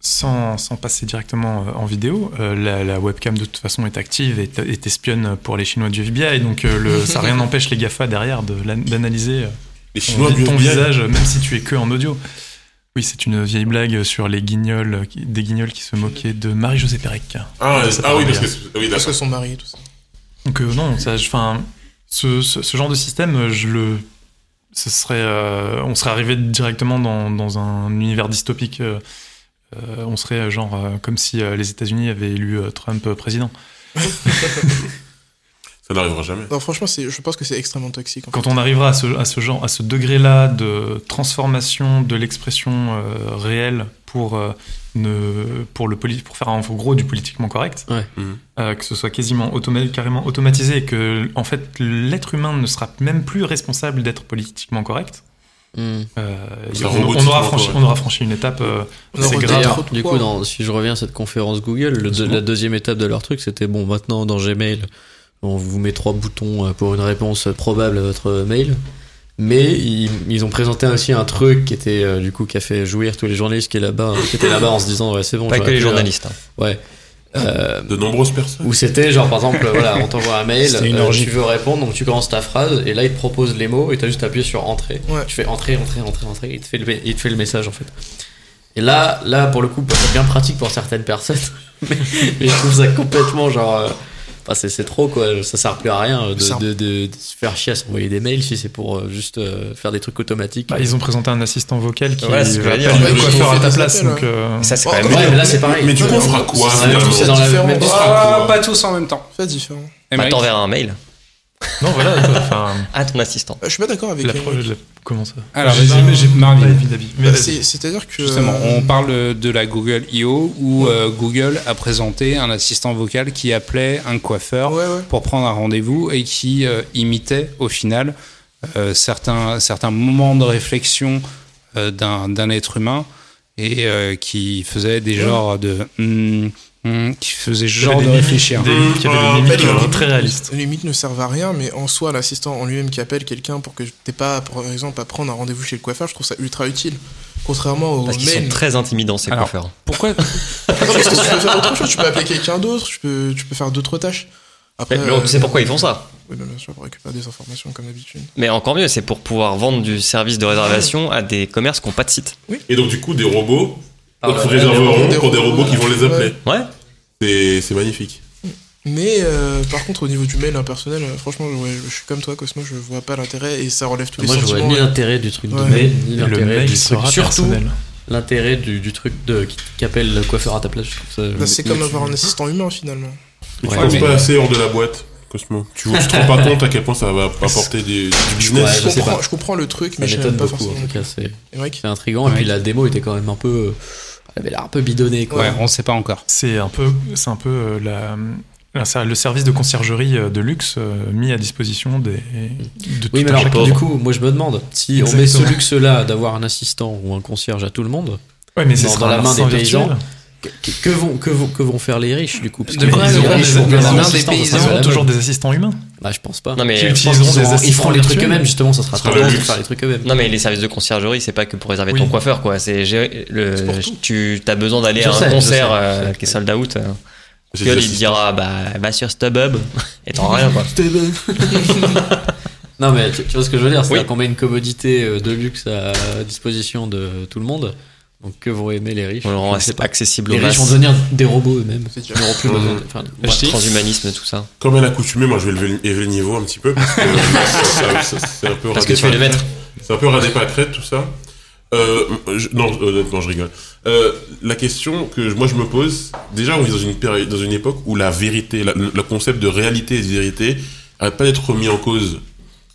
Speaker 8: sans, sans passer directement euh, en vidéo, euh, la, la webcam de toute façon est active et t- et t'espionne pour les Chinois du FBI, donc euh, le, ça <laughs> rien n'empêche les GAFA derrière de l'an- d'analyser euh,
Speaker 6: Les
Speaker 8: ton-
Speaker 6: Chinois,
Speaker 8: ton,
Speaker 6: bien- bien-
Speaker 8: visage, même si tu es que en audio. Oui, c'est une vieille blague sur les guignols, euh, qui- des guignols qui se moquaient de Marie-Josée Pérec.
Speaker 6: Ah,
Speaker 8: Ça
Speaker 6: ah oui,
Speaker 8: parle
Speaker 6: parce que. ah Oui,
Speaker 7: Parce
Speaker 6: d'accord.
Speaker 7: que son mari et tout ça.
Speaker 8: Donc euh, non, ça, je- 'fin, ce, ce- ce genre de système, je le, ce serait, euh, on serait arrivé directement dans, dans un univers dystopique. euh, euh, on serait euh, genre euh, comme si euh, les États-Unis avaient élu euh, Trump euh, président.
Speaker 6: Ça n'arrivera jamais.
Speaker 7: Non, franchement, c'est- je pense que c'est extrêmement toxique. en
Speaker 8: Quand
Speaker 7: fait.
Speaker 8: on arrivera à ce, à ce genre, à ce degré-là de transformation de l'expression euh, réelle pour euh, ne, pour le poli- pour faire un gros du politiquement correct,
Speaker 9: Ouais.
Speaker 6: Mhm.
Speaker 8: euh, que ce soit quasiment automa- carrément automatisé et que en fait l'être humain ne sera même plus responsable d'être politiquement correct.
Speaker 9: Hmm.
Speaker 8: euh,
Speaker 6: Ça
Speaker 8: on,
Speaker 6: robotise
Speaker 8: on aura
Speaker 6: encore,
Speaker 8: franchi,
Speaker 6: ouais.
Speaker 8: on aura franchi une étape. euh,
Speaker 7: On
Speaker 8: c'est
Speaker 7: aura
Speaker 8: grave.
Speaker 7: Trop
Speaker 9: D'ailleurs,
Speaker 7: de
Speaker 9: du
Speaker 7: poids.
Speaker 9: coup, dans- si je reviens à cette conférence Google, le-
Speaker 8: Absolument.
Speaker 9: la deuxième étape de leur truc, c'était bon, maintenant dans Gmail, on vous met trois boutons euh, pour une réponse euh, probable à votre euh, mail. Mais ils, ils ont présenté aussi un truc qui était euh, du coup qui a fait jouir tous les journalistes qui, est là-bas, qui étaient là-bas en se disant ouais c'est bon.
Speaker 5: Pas
Speaker 9: j'aurais
Speaker 5: que les
Speaker 9: pu, euh,
Speaker 5: journalistes. hein.
Speaker 9: Ouais. Euh,
Speaker 6: De nombreuses personnes.
Speaker 9: où c'était genre par exemple voilà on t'envoie un mail
Speaker 10: C'était une
Speaker 9: euh,
Speaker 10: orgie.
Speaker 9: tu veux répondre donc tu commences ta phrase et là il te propose les mots et t'as juste appuyé sur entrée
Speaker 7: Ouais.
Speaker 9: tu fais entrée entrée entrée entrée il te fait le, il te fait le message en fait et là là pour le coup bah, c'est bien pratique pour certaines personnes <laughs> mais, mais je trouve ça complètement genre euh, enfin, c'est c'est trop quoi ça sert plus à rien de,
Speaker 7: Ça-
Speaker 9: de, de- de se faire chier à s'envoyer des mails si c'est pour euh, juste euh, faire des trucs automatiques
Speaker 8: bah, ils ont présenté un assistant vocal qui
Speaker 5: Voilà, c'est ce que
Speaker 8: va
Speaker 5: j'allais dire.
Speaker 8: appeler
Speaker 7: Ouais,
Speaker 8: le
Speaker 7: ils ont
Speaker 8: coiffeur à
Speaker 7: fait
Speaker 8: ta
Speaker 7: des
Speaker 8: place.
Speaker 7: appels,
Speaker 8: Donc, euh,
Speaker 5: Ça, c'est
Speaker 7: Oh,
Speaker 5: quand même.
Speaker 7: ouais,
Speaker 9: mais là, c'est pareil.
Speaker 6: Mais du coup, on fera
Speaker 9: C'est
Speaker 6: quoi
Speaker 9: ça,
Speaker 6: finalement
Speaker 9: c'est dans la
Speaker 7: différent.
Speaker 9: même-
Speaker 7: Oh,
Speaker 4: Ah, pas tous en même temps.
Speaker 7: Fait différent. Euh,
Speaker 5: Bah,
Speaker 4: Émeric,
Speaker 5: t'enverras un mail
Speaker 8: non, voilà. toi, enfin,
Speaker 5: à ton assistant.
Speaker 7: Euh, Je suis pas d'accord avec.
Speaker 8: la
Speaker 7: Emeric.
Speaker 8: projet de la- comment ça
Speaker 4: Alors,
Speaker 8: J'ai-
Speaker 4: vas-y,
Speaker 8: j'ai
Speaker 4: Marvin.
Speaker 8: pas évidemment- mais
Speaker 7: Bah,
Speaker 8: vas-y.
Speaker 7: c'est- C'est-à-dire que.
Speaker 4: Justement,
Speaker 7: euh,
Speaker 4: on parle de la Google I.O. où euh, Google a présenté un assistant vocal qui appelait un coiffeur
Speaker 7: Ouais, ouais.
Speaker 4: pour prendre un rendez-vous et qui euh, imitait au final euh, certains, certains moments de réflexion euh, d'un d'un être humain et euh, qui faisait des genres de... hum, hum, qui faisait
Speaker 8: Il y avait
Speaker 4: genre
Speaker 8: des
Speaker 4: de
Speaker 8: mimiques,
Speaker 4: réfléchir.
Speaker 8: des- qu'il y avait des
Speaker 6: Euh,
Speaker 8: mimiques,
Speaker 7: en fait,
Speaker 8: euh,
Speaker 7: euh,
Speaker 8: très réalistes.
Speaker 7: Les limites ne servent à rien, mais en soi, l'assistant en lui-même qui appelle quelqu'un pour que t'aies pas, par exemple, à prendre un rendez-vous chez le coiffeur, je trouve ça ultra utile. Contrairement au
Speaker 5: Parce qu'ils sont
Speaker 7: mail.
Speaker 5: très intimidants, ces
Speaker 4: Alors,
Speaker 5: coiffeurs.
Speaker 4: Pourquoi
Speaker 7: Non, parce que tu peux faire autre chose, tu peux appeler quelqu'un d'autre, tu peux, tu peux faire d'autres tâches. Après,
Speaker 5: Mais on
Speaker 7: euh,
Speaker 5: sait pourquoi ils font ça.
Speaker 7: Oui, bah, bien sûr, pour récupérer des informations comme d'habitude.
Speaker 5: Mais encore mieux, c'est pour pouvoir vendre du service de réservation à des commerces qui n'ont pas de site.
Speaker 6: Et donc, du coup, des robots
Speaker 9: Ah, ouais,
Speaker 6: réserveront
Speaker 7: des
Speaker 6: pour des
Speaker 7: robots,
Speaker 6: robots qui vont les
Speaker 7: ouais.
Speaker 6: appeler.
Speaker 5: Ouais.
Speaker 6: C'est- C'est magnifique.
Speaker 7: Mais euh, par contre, au niveau du mail impersonnel, euh, franchement, ouais, je suis comme toi, Cosmo, je vois pas l'intérêt et ça relève tous les
Speaker 9: moi je vois
Speaker 7: sentiments.
Speaker 9: ni
Speaker 7: et-
Speaker 9: l'intérêt du truc de
Speaker 7: Ouais.
Speaker 9: mail ni
Speaker 8: Le
Speaker 9: l'intérêt
Speaker 8: mail
Speaker 9: du truc
Speaker 8: sera
Speaker 9: surtout
Speaker 8: personnel.
Speaker 9: l'intérêt du, du truc de qui- qu'appelle le coiffeur à ta place. Je trouve ça.
Speaker 7: Bah, c'est comme
Speaker 9: là,
Speaker 7: avoir un assistant humain finalement.
Speaker 6: Mais tu
Speaker 9: Ouais,
Speaker 6: penses
Speaker 4: mais-
Speaker 6: pas assez hors de la boîte, Cosmo. Tu, tu te rends pas compte à quel point ça va apporter du, du
Speaker 9: Ouais,
Speaker 6: business.
Speaker 7: je,
Speaker 9: je sais
Speaker 7: comprends,
Speaker 9: pas.
Speaker 7: je comprends le truc,
Speaker 9: Ça
Speaker 7: mais je
Speaker 9: m'étonne
Speaker 7: n'aime pas
Speaker 9: beaucoup.
Speaker 7: forcément.
Speaker 9: En tout cas, c'est
Speaker 7: Et mec,
Speaker 9: c'est intriguant. Et puis la démo était quand même un peu. euh, Elle avait l'air un peu bidonnée quoi.
Speaker 4: Ouais, on sait pas encore.
Speaker 8: C'est un peu, c'est un peu euh, la, la ser- le service de conciergerie euh, de luxe euh, mis à disposition des, de
Speaker 9: Oui,
Speaker 8: tout
Speaker 9: mais
Speaker 8: un
Speaker 9: alors
Speaker 8: chacun.
Speaker 9: du coup, moi je me demande si on met ce
Speaker 8: Exactement.
Speaker 9: luxe-là d'avoir un assistant ou un concierge à tout le monde,
Speaker 8: Ouais, mais ce
Speaker 9: dans-
Speaker 8: sera
Speaker 9: dans la
Speaker 8: un
Speaker 9: main des
Speaker 8: instant virtuel.
Speaker 9: paysans, que, que vont, que, vont, que vont faire les riches du coup Parce
Speaker 4: De
Speaker 9: que
Speaker 4: quoi
Speaker 9: les
Speaker 4: ils auront
Speaker 9: riches
Speaker 4: des-
Speaker 9: vont
Speaker 4: dans
Speaker 9: bien
Speaker 4: la
Speaker 9: avoir
Speaker 4: main
Speaker 9: un
Speaker 4: des
Speaker 9: assistant, ça
Speaker 4: paysans,
Speaker 8: Ils
Speaker 9: sera
Speaker 8: auront
Speaker 9: la
Speaker 8: toujours
Speaker 9: même.
Speaker 8: des assistants humains.
Speaker 9: Bah, je pense pas.
Speaker 5: Non,
Speaker 9: Je
Speaker 5: mais,
Speaker 8: Qui
Speaker 9: pense qu'ils
Speaker 8: utiliseront des
Speaker 9: auront- ils
Speaker 8: assistants
Speaker 9: feront les trucs
Speaker 8: virtuels.
Speaker 9: eux-mêmes, justement, ça sera
Speaker 6: Ce sera
Speaker 9: trop
Speaker 6: le
Speaker 9: de
Speaker 6: luxe.
Speaker 9: faire les trucs eux-mêmes.
Speaker 5: non, mais les services de conciergerie, c'est pas que pour réserver
Speaker 8: Oui.
Speaker 5: ton coiffeur, quoi. C'est gérer
Speaker 7: C'est
Speaker 5: le.
Speaker 7: pour tout.
Speaker 5: Tu as besoin d'aller
Speaker 9: Je
Speaker 5: à un
Speaker 9: sais, je
Speaker 5: concert
Speaker 9: sais,
Speaker 5: euh,
Speaker 9: je sais.
Speaker 5: qui est sold out. euh, gueule, il
Speaker 6: C'est des
Speaker 5: te
Speaker 6: assistants.
Speaker 5: dira bah va sur StubHub et t'en rien quoi.
Speaker 9: Non, mais tu, tu vois ce que je veux dire, c'est-à-dire
Speaker 5: Oui.
Speaker 9: qu'on met une commodité euh, de luxe à disposition de tout le monde. Donc que vont aimer les riches
Speaker 5: On le rend
Speaker 9: Je sais
Speaker 5: assez
Speaker 9: pas.
Speaker 5: accessible
Speaker 9: Les
Speaker 5: aux
Speaker 9: riches vont
Speaker 5: masses.
Speaker 9: devenir des robots eux-mêmes.
Speaker 7: c'est dur.
Speaker 9: Ils n'auront plus besoin de faire des-
Speaker 5: Ouais, transhumanisme tout ça.
Speaker 6: Comme à l'accoutumée, moi je vais élever, élever le niveau un petit peu. Parce que euh,
Speaker 5: <laughs>
Speaker 6: ça- ça- ça- c'est un peu
Speaker 5: Parce que
Speaker 6: radé
Speaker 5: tu es le
Speaker 6: par-
Speaker 5: maître.
Speaker 6: C'est un peu radé pâquerette tout ça. Euh, je- non, honnêtement, je rigole. Euh, la question que je- moi je me pose, déjà on vit dans une période, dans une époque où la vérité, la- le concept de réalité et de vérité, arrête pas d'être remis en cause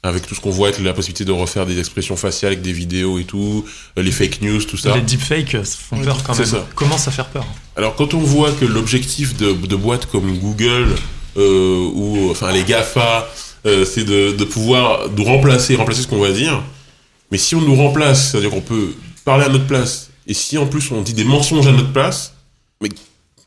Speaker 6: avec tout ce qu'on voit, avec la possibilité de refaire des expressions faciales, avec des vidéos et tout, euh, les fake news, tout ça.
Speaker 8: Les deepfakes euh, font
Speaker 7: Ouais,
Speaker 8: peur quand
Speaker 6: c'est
Speaker 8: même.
Speaker 6: ça.
Speaker 8: Commence à faire peur.
Speaker 6: Alors quand on voit que l'objectif de, de boîtes comme Google euh, ou enfin les GAFA, euh, c'est de, de pouvoir nous remplacer, remplacer ce qu'on va dire, mais si on nous remplace, c'est-à-dire qu'on peut parler à notre place, et si en plus on dit des mensonges à notre place, mais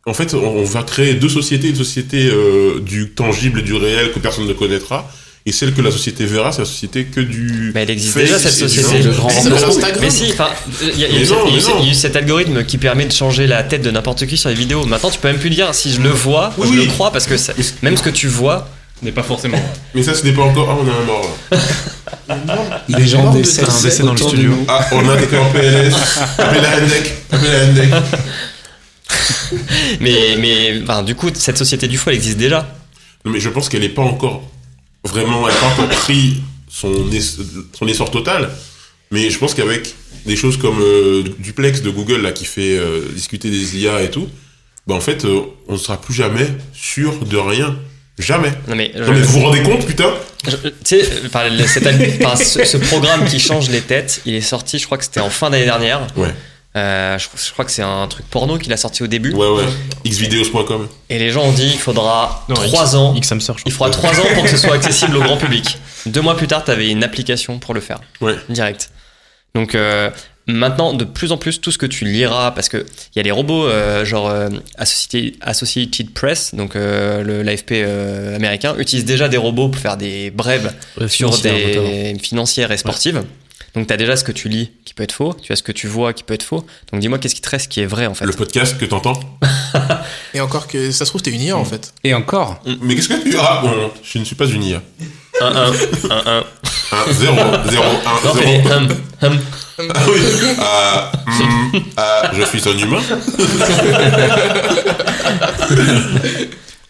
Speaker 6: en fait on, on va créer deux sociétés, une société euh, du tangible et du réel que personne ne connaîtra, et celle que la société verra, c'est la société que du...
Speaker 5: Mais elle existe
Speaker 6: fake
Speaker 5: déjà cette
Speaker 6: et du
Speaker 5: société.
Speaker 6: mensonge.
Speaker 9: Le grand
Speaker 6: Mais
Speaker 7: remplacement.
Speaker 6: non,
Speaker 7: Instagram.
Speaker 5: Mais si, enfin, il y a- il y a
Speaker 6: Mais
Speaker 5: eu cet-
Speaker 6: non,
Speaker 5: il y a
Speaker 6: mais
Speaker 5: eu ce-
Speaker 6: non.
Speaker 5: il y a eu cet algorithme qui permet de changer la tête de n'importe qui sur les vidéos. Maintenant, tu peux même plus dire si je le vois,
Speaker 6: Oui,
Speaker 5: je
Speaker 6: oui.
Speaker 5: le crois parce que ça- même ce que tu vois,
Speaker 10: N'est pas
Speaker 5: <laughs>
Speaker 10: forcément.
Speaker 6: Mais ça ce n'est pas encore... Ah on a un mort là.
Speaker 4: Les gens
Speaker 7: de
Speaker 4: décèdent
Speaker 8: un décès dans le
Speaker 4: autour de
Speaker 8: studio.
Speaker 4: nous.
Speaker 6: Ah on a des corps PLS, appelez la Hendek, appelez la Hendek.
Speaker 5: mais mais enfin, du coup, cette société du fou elle existe déjà.
Speaker 6: Non, mais je pense qu'elle n'est pas encore vraiment être pas encore pris son, es- son essor total. Mais je pense qu'avec des choses comme euh, Duplex de Google là, qui fait euh, discuter des IA et tout, bah en fait, euh, on ne sera plus jamais sûr de rien. Jamais.
Speaker 5: Non mais,
Speaker 6: Non, mais vous vous rendez compte, putain
Speaker 5: Je- Tu sais, euh, par le- cet al- par ce, ce programme qui change les têtes, il est sorti, je crois que c'était en fin d'année dernière.
Speaker 6: Ouais.
Speaker 5: Euh, je, je crois que c'est un truc porno qu'il a sorti au début.
Speaker 6: Ouais, ouais. Xvideos.com.
Speaker 5: Et les gens ont dit il faudra
Speaker 10: Non,
Speaker 5: trois
Speaker 10: X-
Speaker 5: ans.
Speaker 10: X-Hamster, je crois.
Speaker 5: Il faudra trois ans pour que ce soit accessible au grand public. Deux mois plus tard, t'avais une application pour le faire.
Speaker 6: Ouais.
Speaker 5: Direct. Donc euh, maintenant, de plus en plus, tout ce que tu liras, parce que il y a les robots euh, genre euh, Associated, Associated Press, donc euh, le- l'AFP euh, américain, utilise déjà des robots pour faire des brèves
Speaker 9: Ouais,
Speaker 5: sur
Speaker 9: financière, notamment.
Speaker 5: des financières et sportives. Donc tu as déjà ce que tu lis qui peut être faux, tu as ce que tu vois qui peut être faux. Donc dis-moi qu'est-ce qui te reste qui est vrai en fait.
Speaker 6: Le podcast que t'entends.
Speaker 7: Et encore que ça se trouve, t'es une IA en fait.
Speaker 4: Et encore,
Speaker 6: Mais qu'est-ce que tu as Bon, je ne suis pas une IA.
Speaker 5: Un, un, un, un.
Speaker 6: 1, 0, 0,
Speaker 5: Non,
Speaker 6: 1,
Speaker 5: fais
Speaker 6: 0.
Speaker 5: des hum, hum.
Speaker 6: Ah oui. Ah, hmm, ah, je suis un humain.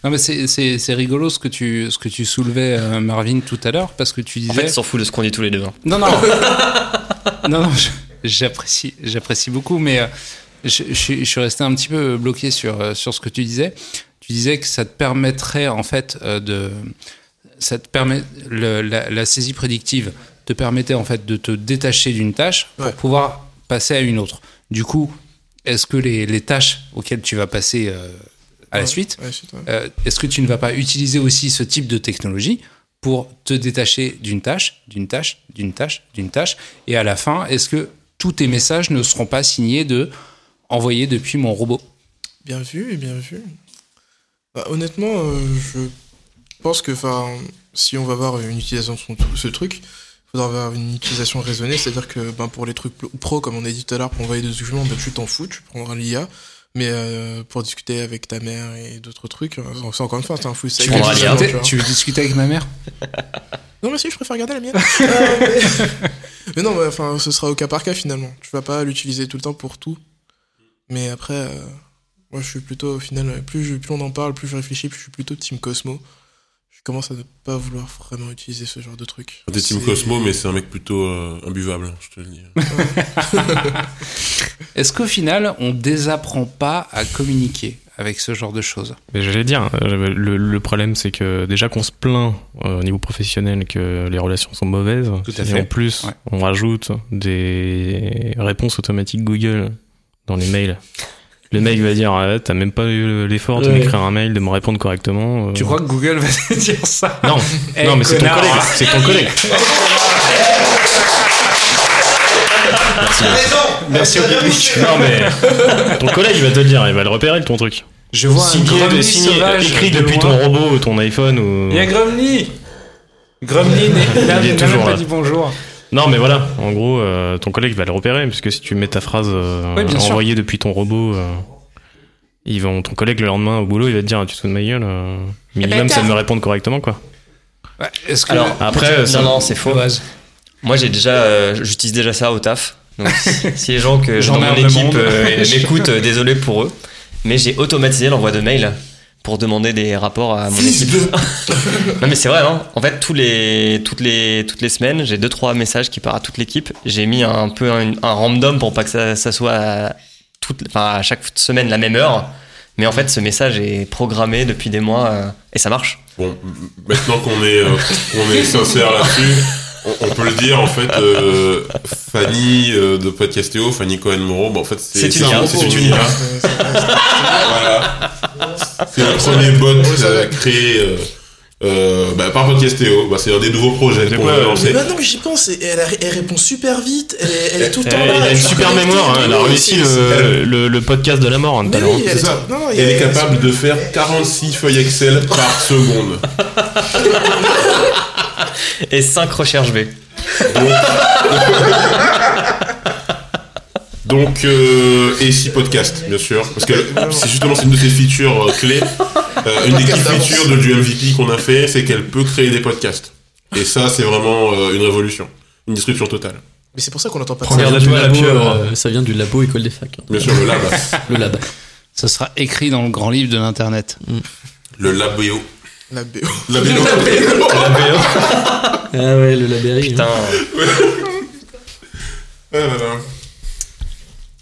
Speaker 4: non mais c'est- c'est c'est rigolo ce que tu ce que tu soulevais euh, Marvin tout à l'heure parce que tu disais
Speaker 5: En fait, ils s'en foutent de ce qu'on dit tous les deux. hein.
Speaker 4: Non, <laughs>
Speaker 5: <laughs>
Speaker 4: non. non, non, je- j'apprécie, j'apprécie beaucoup, mais euh, je, je suis- je suis resté un petit peu bloqué sur, euh, sur ce que tu disais. Tu disais que ça te permettrait, en fait, euh, de. Ça te permet, le- la, la saisie prédictive te permettait, en fait, de te détacher d'une tâche
Speaker 7: Ouais.
Speaker 4: pour pouvoir passer à une autre. Du coup, est-ce que les, les tâches auxquelles tu vas passer euh, à la
Speaker 7: Ouais.
Speaker 4: suite,
Speaker 7: Ouais, suite, ouais.
Speaker 4: euh, est-ce que tu ne vas pas utiliser aussi ce type de technologie pour te détacher d'une tâche, d'une tâche, d'une tâche, d'une tâche Et à la fin, est-ce que tous tes messages ne seront pas signés de envoyés depuis mon robot
Speaker 7: Bien vu, bien vu. Bah, honnêtement, euh, je pense que 'fin, si on va avoir une utilisation de son- ce truc, il faudra avoir une utilisation raisonnée, c'est-à-dire que ben, pour les trucs pl- pro, comme on a dit tout à l'heure, pour envoyer des documents, ben, tu t'en fous, tu prendras l'IA. Mais euh, pour discuter avec ta mère et d'autres trucs, euh, c'est encore une fois, c'est un fou
Speaker 5: Tu prendras l'IA.
Speaker 4: Tu veux tu veux discuter avec ma mère
Speaker 7: non, mais si, je préfère garder la mienne. Euh, mais... mais non, mais enfin, ce sera au cas par cas finalement. Tu vas pas l'utiliser tout le temps pour tout. Mais après, euh, moi je suis plutôt au final, euh, plus, je- plus on en parle, plus je réfléchis, plus je suis plutôt Team Cosmo. Je commence à ne pas vouloir vraiment utiliser ce genre de truc.
Speaker 6: Ah, T'es Team
Speaker 7: C'est-
Speaker 6: Cosmo, mais c'est un mec plutôt euh, imbuvable, je te le dis.
Speaker 4: Est-ce qu'au final, on désapprend pas à communiquer avec ce genre de choses
Speaker 10: Mais j'allais dire, euh, le, le problème c'est que déjà qu'on se plaint euh, au niveau professionnel que les relations sont mauvaises,
Speaker 4: Tout à
Speaker 10: et
Speaker 4: fait.
Speaker 10: en plus
Speaker 4: Ouais.
Speaker 10: on rajoute des réponses automatiques Google dans les mails. Le mec va dire ah, t'as même pas eu l'effort de
Speaker 9: Ouais.
Speaker 10: m'écrire un mail, de me répondre correctement. euh.
Speaker 4: Tu crois que Google va <laughs> te dire ça
Speaker 10: Non,
Speaker 4: Eh,
Speaker 10: non mais c'est ton
Speaker 4: connard.
Speaker 10: collègue, c'est ton collègue.
Speaker 4: Merci au public.
Speaker 10: Non mais
Speaker 4: <laughs>
Speaker 10: ton collègue va te le dire, il va le repérer ton truc.
Speaker 4: Je vois un
Speaker 10: Signé,
Speaker 4: Grumly
Speaker 10: signé,
Speaker 4: sauvage
Speaker 10: écrit
Speaker 4: de
Speaker 10: depuis
Speaker 4: loin.
Speaker 10: ton robot ou ton iPhone ou.
Speaker 4: Il y a Grumly Grumly n'est- n'a n'a
Speaker 10: est
Speaker 4: même
Speaker 10: toujours
Speaker 4: pas
Speaker 10: là.
Speaker 4: dit bonjour.
Speaker 10: Non, mais voilà, en gros, euh, ton collègue va le repérer, puisque si tu mets ta phrase euh,
Speaker 4: Oui, bien sûr.
Speaker 10: envoyée depuis ton robot, euh, ils vont, ton collègue le lendemain au boulot, il va te dire Tu te fous de ma gueule euh,
Speaker 7: Eh ben,
Speaker 10: Minimum, ça de me répondre correctement, quoi.
Speaker 4: Ouais, Est-ce que
Speaker 5: Alors,
Speaker 10: Après, euh,
Speaker 5: non,
Speaker 10: ça-
Speaker 5: non, c'est faux. Moi, j'ai déjà, euh, j'utilise déjà ça au taf. Donc, si- si les gens que j'ai dans mon
Speaker 4: J'emmerde le
Speaker 5: équipe
Speaker 4: monde.
Speaker 5: euh, m'écoutent, euh, désolé pour eux. Mais j'ai automatisé l'envoi de mails pour demander des rapports à mon équipe. non, mais c'est vrai, hein. En fait, tous les, toutes, les, toutes les semaines, j'ai deux trois messages qui partent à toute l'équipe. J'ai mis un peu un, un random pour pas que ça, ça soit à, toute, enfin, à chaque semaine la même heure. Mais en fait, ce message est programmé depuis des mois euh, et ça marche.
Speaker 6: Bon, m- maintenant qu'on est, euh, qu'on est sincère là-dessus, on, on peut le dire, en fait, euh, Fanny euh, de Podcastéo, Fanny Cohen-Moreau, bah, en fait, c'est
Speaker 5: C'est une IA,
Speaker 6: C'est une
Speaker 7: Ouais,
Speaker 6: IA.
Speaker 7: c'est- c'est-
Speaker 6: Voilà. C'est le premier bot qu'elle a créé euh, euh, bah, par Podcastéo. Bah, c'est un des nouveaux projets
Speaker 10: C'est
Speaker 6: qu'on
Speaker 10: quoi,
Speaker 6: a
Speaker 10: euh,
Speaker 7: Mais
Speaker 6: lancé.
Speaker 7: maintenant que j'y pense, et elle, arri- elle répond super vite, elle, est- elle est tout le
Speaker 10: Eh,
Speaker 7: temps là.
Speaker 10: il a
Speaker 7: elle
Speaker 10: une
Speaker 7: est
Speaker 10: super
Speaker 7: connectée,
Speaker 10: mémoire, hein, elle a
Speaker 7: tout,
Speaker 10: réussi
Speaker 7: c'est-
Speaker 10: le, le- le podcast de la mort, hein, tout à
Speaker 7: Mais
Speaker 10: l'heure.
Speaker 7: oui, elle
Speaker 6: C'est
Speaker 7: est-
Speaker 6: ça.
Speaker 7: non,
Speaker 6: Elle est capable de faire 46 feuilles Excel par seconde.
Speaker 5: Et 5 recherches V.
Speaker 6: <laughs> Donc, euh, et si podcast, bien sûr, parce que c'est justement c'est une de ses features euh, clés. Euh, une des key
Speaker 7: Podcast d'avance.
Speaker 6: features de du MVP qu'on a fait, c'est qu'elle peut créer des podcasts. Et ça, c'est vraiment euh, une révolution, une disruption totale.
Speaker 7: Mais c'est pour ça qu'on n'entend pas
Speaker 10: Prends garde à toi, la pieuvre.
Speaker 9: euh, ça vient du labo école des facs. hein.
Speaker 6: Bien sûr, le lab,
Speaker 9: Le lab.
Speaker 4: Ça sera écrit dans le grand livre de l'Internet.
Speaker 6: le labéo.
Speaker 7: La BO.
Speaker 6: La BO.
Speaker 9: La BO. ah ouais, le hein. labéry.
Speaker 5: Putain,
Speaker 6: Ouais, voilà.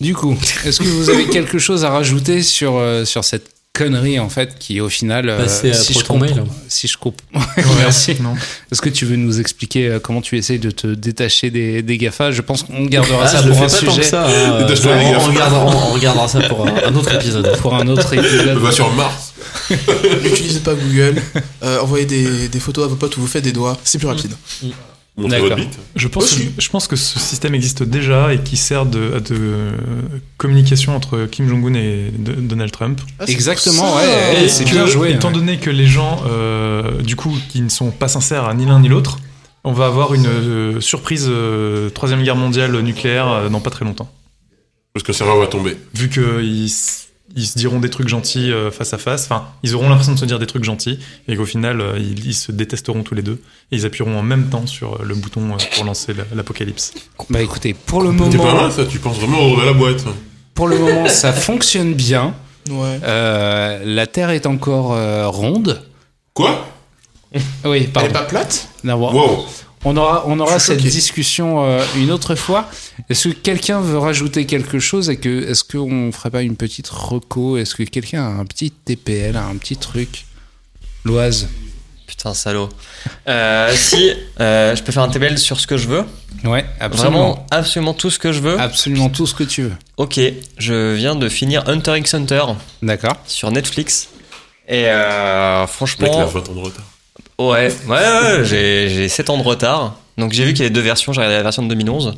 Speaker 4: Du coup, est-ce que vous avez quelque chose à rajouter sur, euh, sur cette connerie en fait qui au final euh,
Speaker 9: Passer à
Speaker 4: si, je
Speaker 9: Proton Mail.
Speaker 4: comprends, si je <laughs> comprends merci
Speaker 8: Non.
Speaker 4: est-ce que tu veux nous expliquer euh, comment tu essayes de te détacher des, des GAFA je pense qu'on gardera
Speaker 9: Ah,
Speaker 4: ça
Speaker 9: je le
Speaker 4: pour
Speaker 9: fais
Speaker 4: un
Speaker 9: pas tant que
Speaker 4: sujet
Speaker 9: ça. hein.
Speaker 6: Deux
Speaker 9: On-
Speaker 6: fois, les gars.
Speaker 9: on, regardera, on regardera ça pour un, un autre épisode.
Speaker 4: pour un autre
Speaker 6: <laughs>
Speaker 4: épisode
Speaker 6: Va sur Mars.
Speaker 7: N'utilisez pas Google. Euh, envoyez des, des photos à vos potes où vous faites des doigts. C'est plus rapide.
Speaker 6: Montrez
Speaker 4: D'accord.
Speaker 6: votre bite.
Speaker 8: Je pense,
Speaker 7: Aussi.
Speaker 8: je pense que ce système existe déjà et qui sert de, de euh, communication entre Kim Jong-un et de- Donald Trump.
Speaker 7: ça.
Speaker 4: exactement ouais, ouais,
Speaker 8: Et
Speaker 4: c'est
Speaker 8: que,
Speaker 4: bien joué
Speaker 8: Étant
Speaker 4: ouais.
Speaker 8: donné que les gens, euh, du coup, qui ne sont pas sincères à ni l'un ni l'autre, on va avoir une euh, surprise euh, troisième guerre mondiale nucléaire euh, dans pas très longtemps.
Speaker 6: Parce que le serveur va tomber.
Speaker 8: Vu qu'ils ils se diront des trucs gentils euh, face à face, enfin, ils auront l'impression de se dire des trucs gentils et qu'au final, euh, ils, ils se détesteront tous les deux et ils appuieront en même temps sur euh, le bouton euh, pour lancer la- l'apocalypse.
Speaker 4: bah écoutez pour le
Speaker 6: C'est pas
Speaker 4: moment
Speaker 6: mal ça, tu penses vraiment au de la boîte.
Speaker 4: pour le moment ça fonctionne bien
Speaker 7: Ouais.
Speaker 4: Euh, la terre est encore euh, ronde
Speaker 6: Quoi
Speaker 4: oui
Speaker 7: Elle est
Speaker 4: pardon
Speaker 7: pas plate
Speaker 4: Non, bon,
Speaker 6: Wow.
Speaker 4: On aura, on aura
Speaker 7: Je suis
Speaker 4: cette
Speaker 7: choqué.
Speaker 4: discussion euh, une autre fois. Est-ce que quelqu'un veut rajouter quelque chose et que est-ce qu'on ferait pas une petite reco Est-ce que quelqu'un a un petit TPL, un petit truc Loise.
Speaker 5: putain, salaud. Euh, si, euh, je peux faire un TBL sur ce que je veux.
Speaker 4: Ouais, absolument.
Speaker 5: Vraiment, absolument tout ce que je veux.
Speaker 4: Absolument tout ce que tu veux.
Speaker 5: Ok, je viens de finir Hunter x Hunter
Speaker 4: D'accord.
Speaker 5: sur Netflix. Et euh,
Speaker 6: Mec, la
Speaker 5: franchement,
Speaker 6: voix en retard.
Speaker 5: ouais, <laughs> ouais, ouais, j'ai, j'ai 7 ans de retard. Donc j'ai vu qu'il y avait deux versions, j'ai regardé la version de 2011.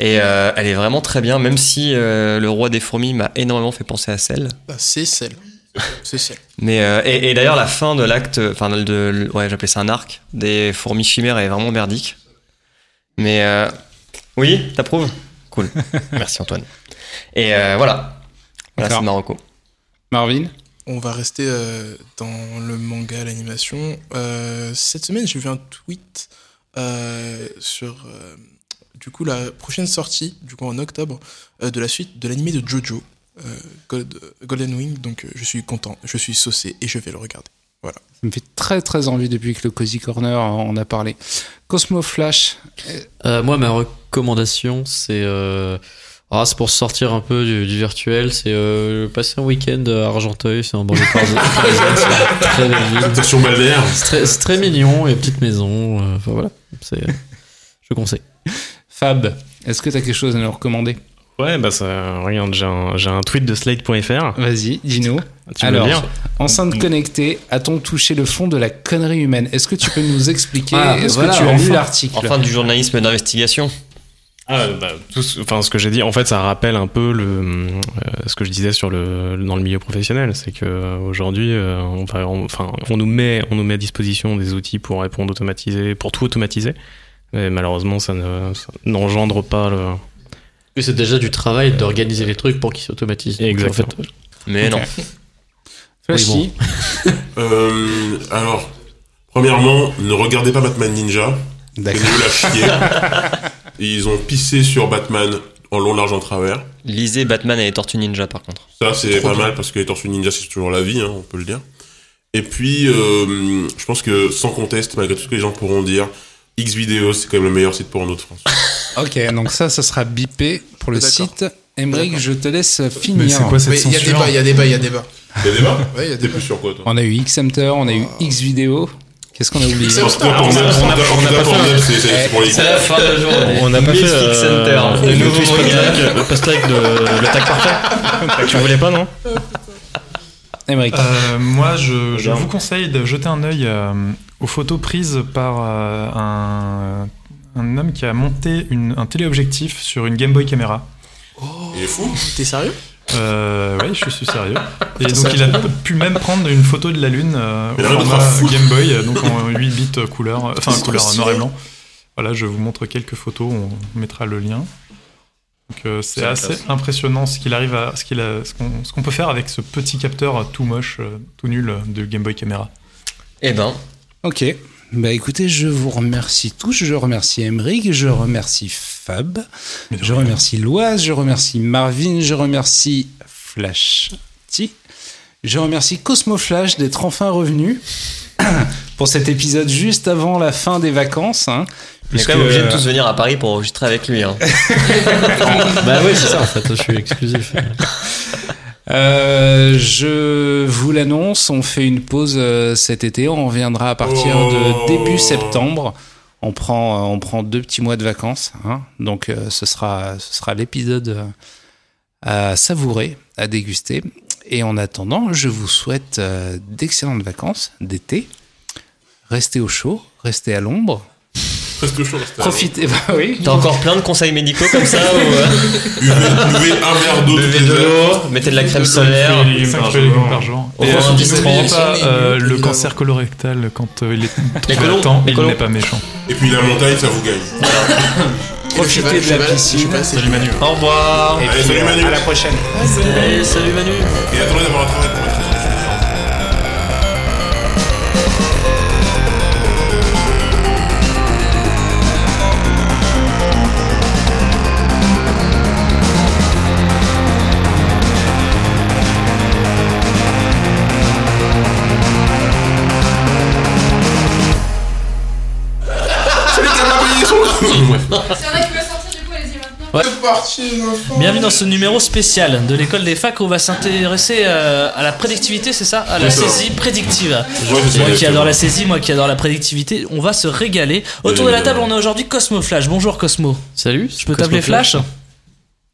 Speaker 5: Et euh, elle est vraiment très bien, même si euh, le roi des fourmis m'a énormément fait penser à celle.
Speaker 7: Bah, c'est celle. C'est celle.
Speaker 5: Mais euh, et, et d'ailleurs la fin de l'acte, enfin de, de- ouais j'appelais ça un arc des fourmis chimères est vraiment merdique. Mais euh, oui, t'approuves
Speaker 4: <laughs>
Speaker 5: Cool. Merci Antoine. Et euh, voilà. Voilà
Speaker 4: D'accord.
Speaker 5: c'est Marocco.
Speaker 4: Marvin
Speaker 7: On va rester euh, dans le manga, l'animation. Euh, cette semaine, j'ai vu un tweet euh, sur euh, du coup la prochaine sortie, du coup en octobre, euh, de la suite de l'animé de Jojo, euh, Gold- Golden Wing. Donc, euh, je suis content, je suis saucé et je vais le regarder.
Speaker 4: Ça me fait très très envie depuis que le Cozy Corner en a parlé. Cosmo Flash.
Speaker 9: Euh, moi, ma recommandation, c'est. euh, ah, c'est pour sortir un peu du, du virtuel, c'est euh, passer un week-end à Argenteuil, c'est un banlieue parisienne, c'est très belle ville.
Speaker 6: Station balnéaire.
Speaker 9: C'est très, c'est très mignon, il y a une petite maison, euh, enfin voilà, c'est, je conseille.
Speaker 4: Fab. Est-ce que t'as quelque chose à nous recommander
Speaker 10: Ouais, bah ça, regarde, j'ai un, j'ai un tweet de slate.fr.
Speaker 4: Vas-y, dis-nous.
Speaker 10: Tu veux
Speaker 4: Alors,
Speaker 10: lire
Speaker 4: Enceinte connectée, a-t-on touché le fond de la connerie humaine Est-ce que tu peux nous expliquer
Speaker 9: Ah,
Speaker 4: Est-ce
Speaker 9: voilà,
Speaker 4: que tu as lu
Speaker 9: enfin.
Speaker 4: l'article
Speaker 5: Enfin du journalisme d'investigation.
Speaker 10: Ah, bah, tout ce- enfin, ce que j'ai dit, en fait, ça rappelle un peu le, hum, euh, ce que je disais sur le, dans le milieu professionnel, c'est que euh, aujourd'hui, euh, on, va- on- enfin, on nous met, on nous met à disposition des outils pour répondre automatisé, pour tout automatiser, mais malheureusement, ça ne- ça n'engendre pas le.
Speaker 9: Et c'est déjà du travail d'organiser les trucs pour qu'ils s'automatisent. Donc,
Speaker 10: Exactement.
Speaker 9: en fait,
Speaker 5: Mais
Speaker 4: Ok.
Speaker 5: non.
Speaker 4: Flashy.
Speaker 9: Oui,
Speaker 6: Euh, alors, premièrement, ne regardez pas Batman Ninja. C'est
Speaker 4: D'accord.
Speaker 6: nul à chier. <laughs> Et ils ont pissé sur Batman en long, large, en travers.
Speaker 5: Lisez Batman et les Tortues Ninja par contre.
Speaker 6: Ça, c'est
Speaker 7: Trop
Speaker 6: pas
Speaker 7: bien.
Speaker 6: mal parce que les tortues ninja, c'est toujours la vie, hein, on peut le dire. Et puis, euh, je pense que sans conteste, malgré tout ce que les gens pourront dire, X vidéo, c'est quand même le meilleur site porno de <laughs> France.
Speaker 4: Ok, donc ça, ça sera bipé pour le
Speaker 7: D'accord.
Speaker 4: site. Emmerich,
Speaker 7: D'accord.
Speaker 4: je te laisse finir.
Speaker 8: Mais c'est quoi cette
Speaker 7: Mais il y a
Speaker 8: censure
Speaker 7: débat, il y a débat, il y a débat.
Speaker 6: T'as des marques
Speaker 7: Ouais, il y a
Speaker 6: T'es
Speaker 7: débat.
Speaker 6: plus sur quoi, toi
Speaker 4: On a eu X Hunter, on a eu X vidéo. Qu'est-ce qu'on a oublié
Speaker 7: X Hamster.
Speaker 6: Pornhub,
Speaker 10: on a-
Speaker 6: Pornhub,
Speaker 10: on a- on
Speaker 6: Pornhub,
Speaker 10: a pas fait- Eh,
Speaker 6: Pornhub, c'est- c'est pour les
Speaker 5: C'est la fin de journée.
Speaker 10: On n'a pas fait
Speaker 5: Mythic Center,
Speaker 10: euh,
Speaker 5: le
Speaker 10: le
Speaker 5: nouveau
Speaker 10: nouveau
Speaker 5: manga.
Speaker 10: post-like, le post-like de le tag parfait. tu voulais pas non
Speaker 4: Emmerich.
Speaker 7: Ah.
Speaker 8: Euh, moi, je, je
Speaker 10: Regarde.
Speaker 8: vous conseille de jeter un œil euh, aux photos prises par euh, un, un homme qui a monté une- un téléobjectif sur une Game Boy Camera.
Speaker 6: Il est fou.
Speaker 7: T'es sérieux
Speaker 8: Euh, oui, je suis sérieux. Et
Speaker 7: Ça-
Speaker 8: donc, il a pu même prendre une photo de la Lune euh,
Speaker 6: Mais
Speaker 8: au
Speaker 6: rien de
Speaker 8: format
Speaker 6: grave.
Speaker 8: Game Boy, euh, donc en 8 bits couleur, euh, enfin
Speaker 7: C'est trop
Speaker 8: couleur
Speaker 7: stylé.
Speaker 8: noir et blanc. Voilà, je vous montre quelques photos, on mettra le lien. Donc, euh, c'est
Speaker 5: Ça
Speaker 8: assez
Speaker 5: m'intéresse.
Speaker 8: impressionnant ce qu'il arrive à, ce qu'il a- ce qu'on ce qu'on peut faire avec ce petit capteur euh, tout moche, euh, tout nul euh, de Game Boy Camera.
Speaker 5: Eh ben,
Speaker 4: Ok. Bah écoutez, je vous remercie tous. Je remercie Emmerich, je remercie Fab, je remercie Loise, je remercie Marvin, je remercie Flash T, Je remercie Cosmoflash d'être enfin revenu <clears throat> pour cet épisode juste avant la fin des vacances. hein,
Speaker 5: On est
Speaker 4: puisque-
Speaker 5: quand même obligé de tous venir à Paris pour enregistrer avec lui. hein.
Speaker 9: bah oui, c'est ça en fait, je suis exclusif.
Speaker 4: Euh, je vous l'annonce, on fait une pause euh, cet été. On reviendra à partir
Speaker 6: Oh.
Speaker 4: de début septembre. On prend, euh, on prend deux petits mois de vacances. hein. Donc, euh, ce sera, ce sera l'épisode euh, à savourer, à déguster. Et en attendant, je vous souhaite euh, d'excellentes vacances d'été. Restez au chaud, restez à l'ombre.
Speaker 6: Presque chaud. c'était
Speaker 4: Profitez. <laughs> Bah oui.
Speaker 5: T'as encore plein de conseils médicaux comme ça où, euh,
Speaker 6: avant. Buvez, buvez un verre d'eau
Speaker 5: Buvez
Speaker 6: toutes les
Speaker 5: de
Speaker 6: heures.
Speaker 5: l'eau, euh, mettez de la crème solaire.
Speaker 10: Cinq fruits et légumes par jour.
Speaker 5: Au
Speaker 8: Et
Speaker 5: revoir,
Speaker 8: euh,
Speaker 5: un
Speaker 8: n'oubliez
Speaker 5: bistrot.
Speaker 8: pas euh, le
Speaker 7: Évidemment.
Speaker 8: cancer colorectal quand euh, il
Speaker 5: Les
Speaker 8: est
Speaker 5: colons,
Speaker 8: temps,
Speaker 5: les
Speaker 8: il
Speaker 5: colons.
Speaker 8: n'est pas méchant.
Speaker 6: Et puis la montagne, ça vous gagne.
Speaker 4: Profitez de la piscine.
Speaker 5: Salut Manu. Au revoir.
Speaker 4: Et
Speaker 6: Allez,
Speaker 4: puis, euh,
Speaker 6: salut Manu.
Speaker 4: à la prochaine.
Speaker 5: Salut, Eh, salut Manu.
Speaker 6: Et attendez d'avoir un travail pour être
Speaker 11: C'est vrai que tu vas sortir du coup, allez-y maintenant.
Speaker 7: Bienvenue
Speaker 12: Bienvenue dans ce numéro spécial de l'école des facs où on va s'intéresser euh, à la prédictivité, c'est ça À la
Speaker 6: C'est ça.
Speaker 12: saisie prédictive.
Speaker 6: Ouais, c'est ça,
Speaker 12: moi qui
Speaker 6: exactement.
Speaker 12: adore la saisie, moi qui adore la prédictivité, on va se régaler. Autour de la table, on a aujourd'hui Cosmo Flash. Bonjour Cosmo.
Speaker 9: Salut,
Speaker 12: Je peux t'appeler Flash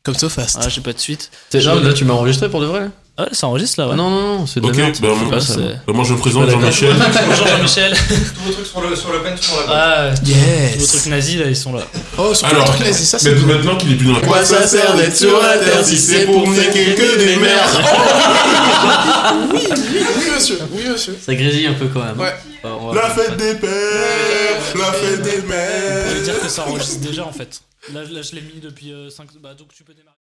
Speaker 7: Comme so fast.
Speaker 12: Ah, j'ai pas de suite.
Speaker 9: Déjà, là tu m'as enregistré pour de vrai
Speaker 12: Ah, ça enregistre là, ouais.
Speaker 9: Non, non, non, c'est de
Speaker 6: Ok,
Speaker 9: la merde.
Speaker 12: bah,
Speaker 6: ben,
Speaker 9: Je sais pas,
Speaker 6: moi,
Speaker 9: ça-
Speaker 12: c'est-
Speaker 6: Moi, je me présente Jean-Michel.
Speaker 12: Bonjour Jean-Michel.
Speaker 10: Tous vos trucs sur le, sur le pen sont
Speaker 12: Ah,
Speaker 10: là-bas.
Speaker 7: Yes.
Speaker 12: tous vos trucs nazis là, ils sont là.
Speaker 7: Oh, sur
Speaker 6: Alors,
Speaker 7: le truc nazi, ça c'est.
Speaker 6: maintenant- maintenant qu'il est plus dans la
Speaker 1: Quoi ça sert d'être sur la terre si c'est pour niquer que des merdes
Speaker 7: Oui, monsieur. Oui, monsieur.
Speaker 9: Ça grésille un peu quand même.
Speaker 7: Ouais.
Speaker 9: Bah, on va-
Speaker 6: La fête des pères, la fête des
Speaker 12: Je
Speaker 6: mères.
Speaker 12: veux dire que ça enregistre déjà en fait. Là, je- là, je l'ai mis depuis 5. Bah, donc tu peux démarrer.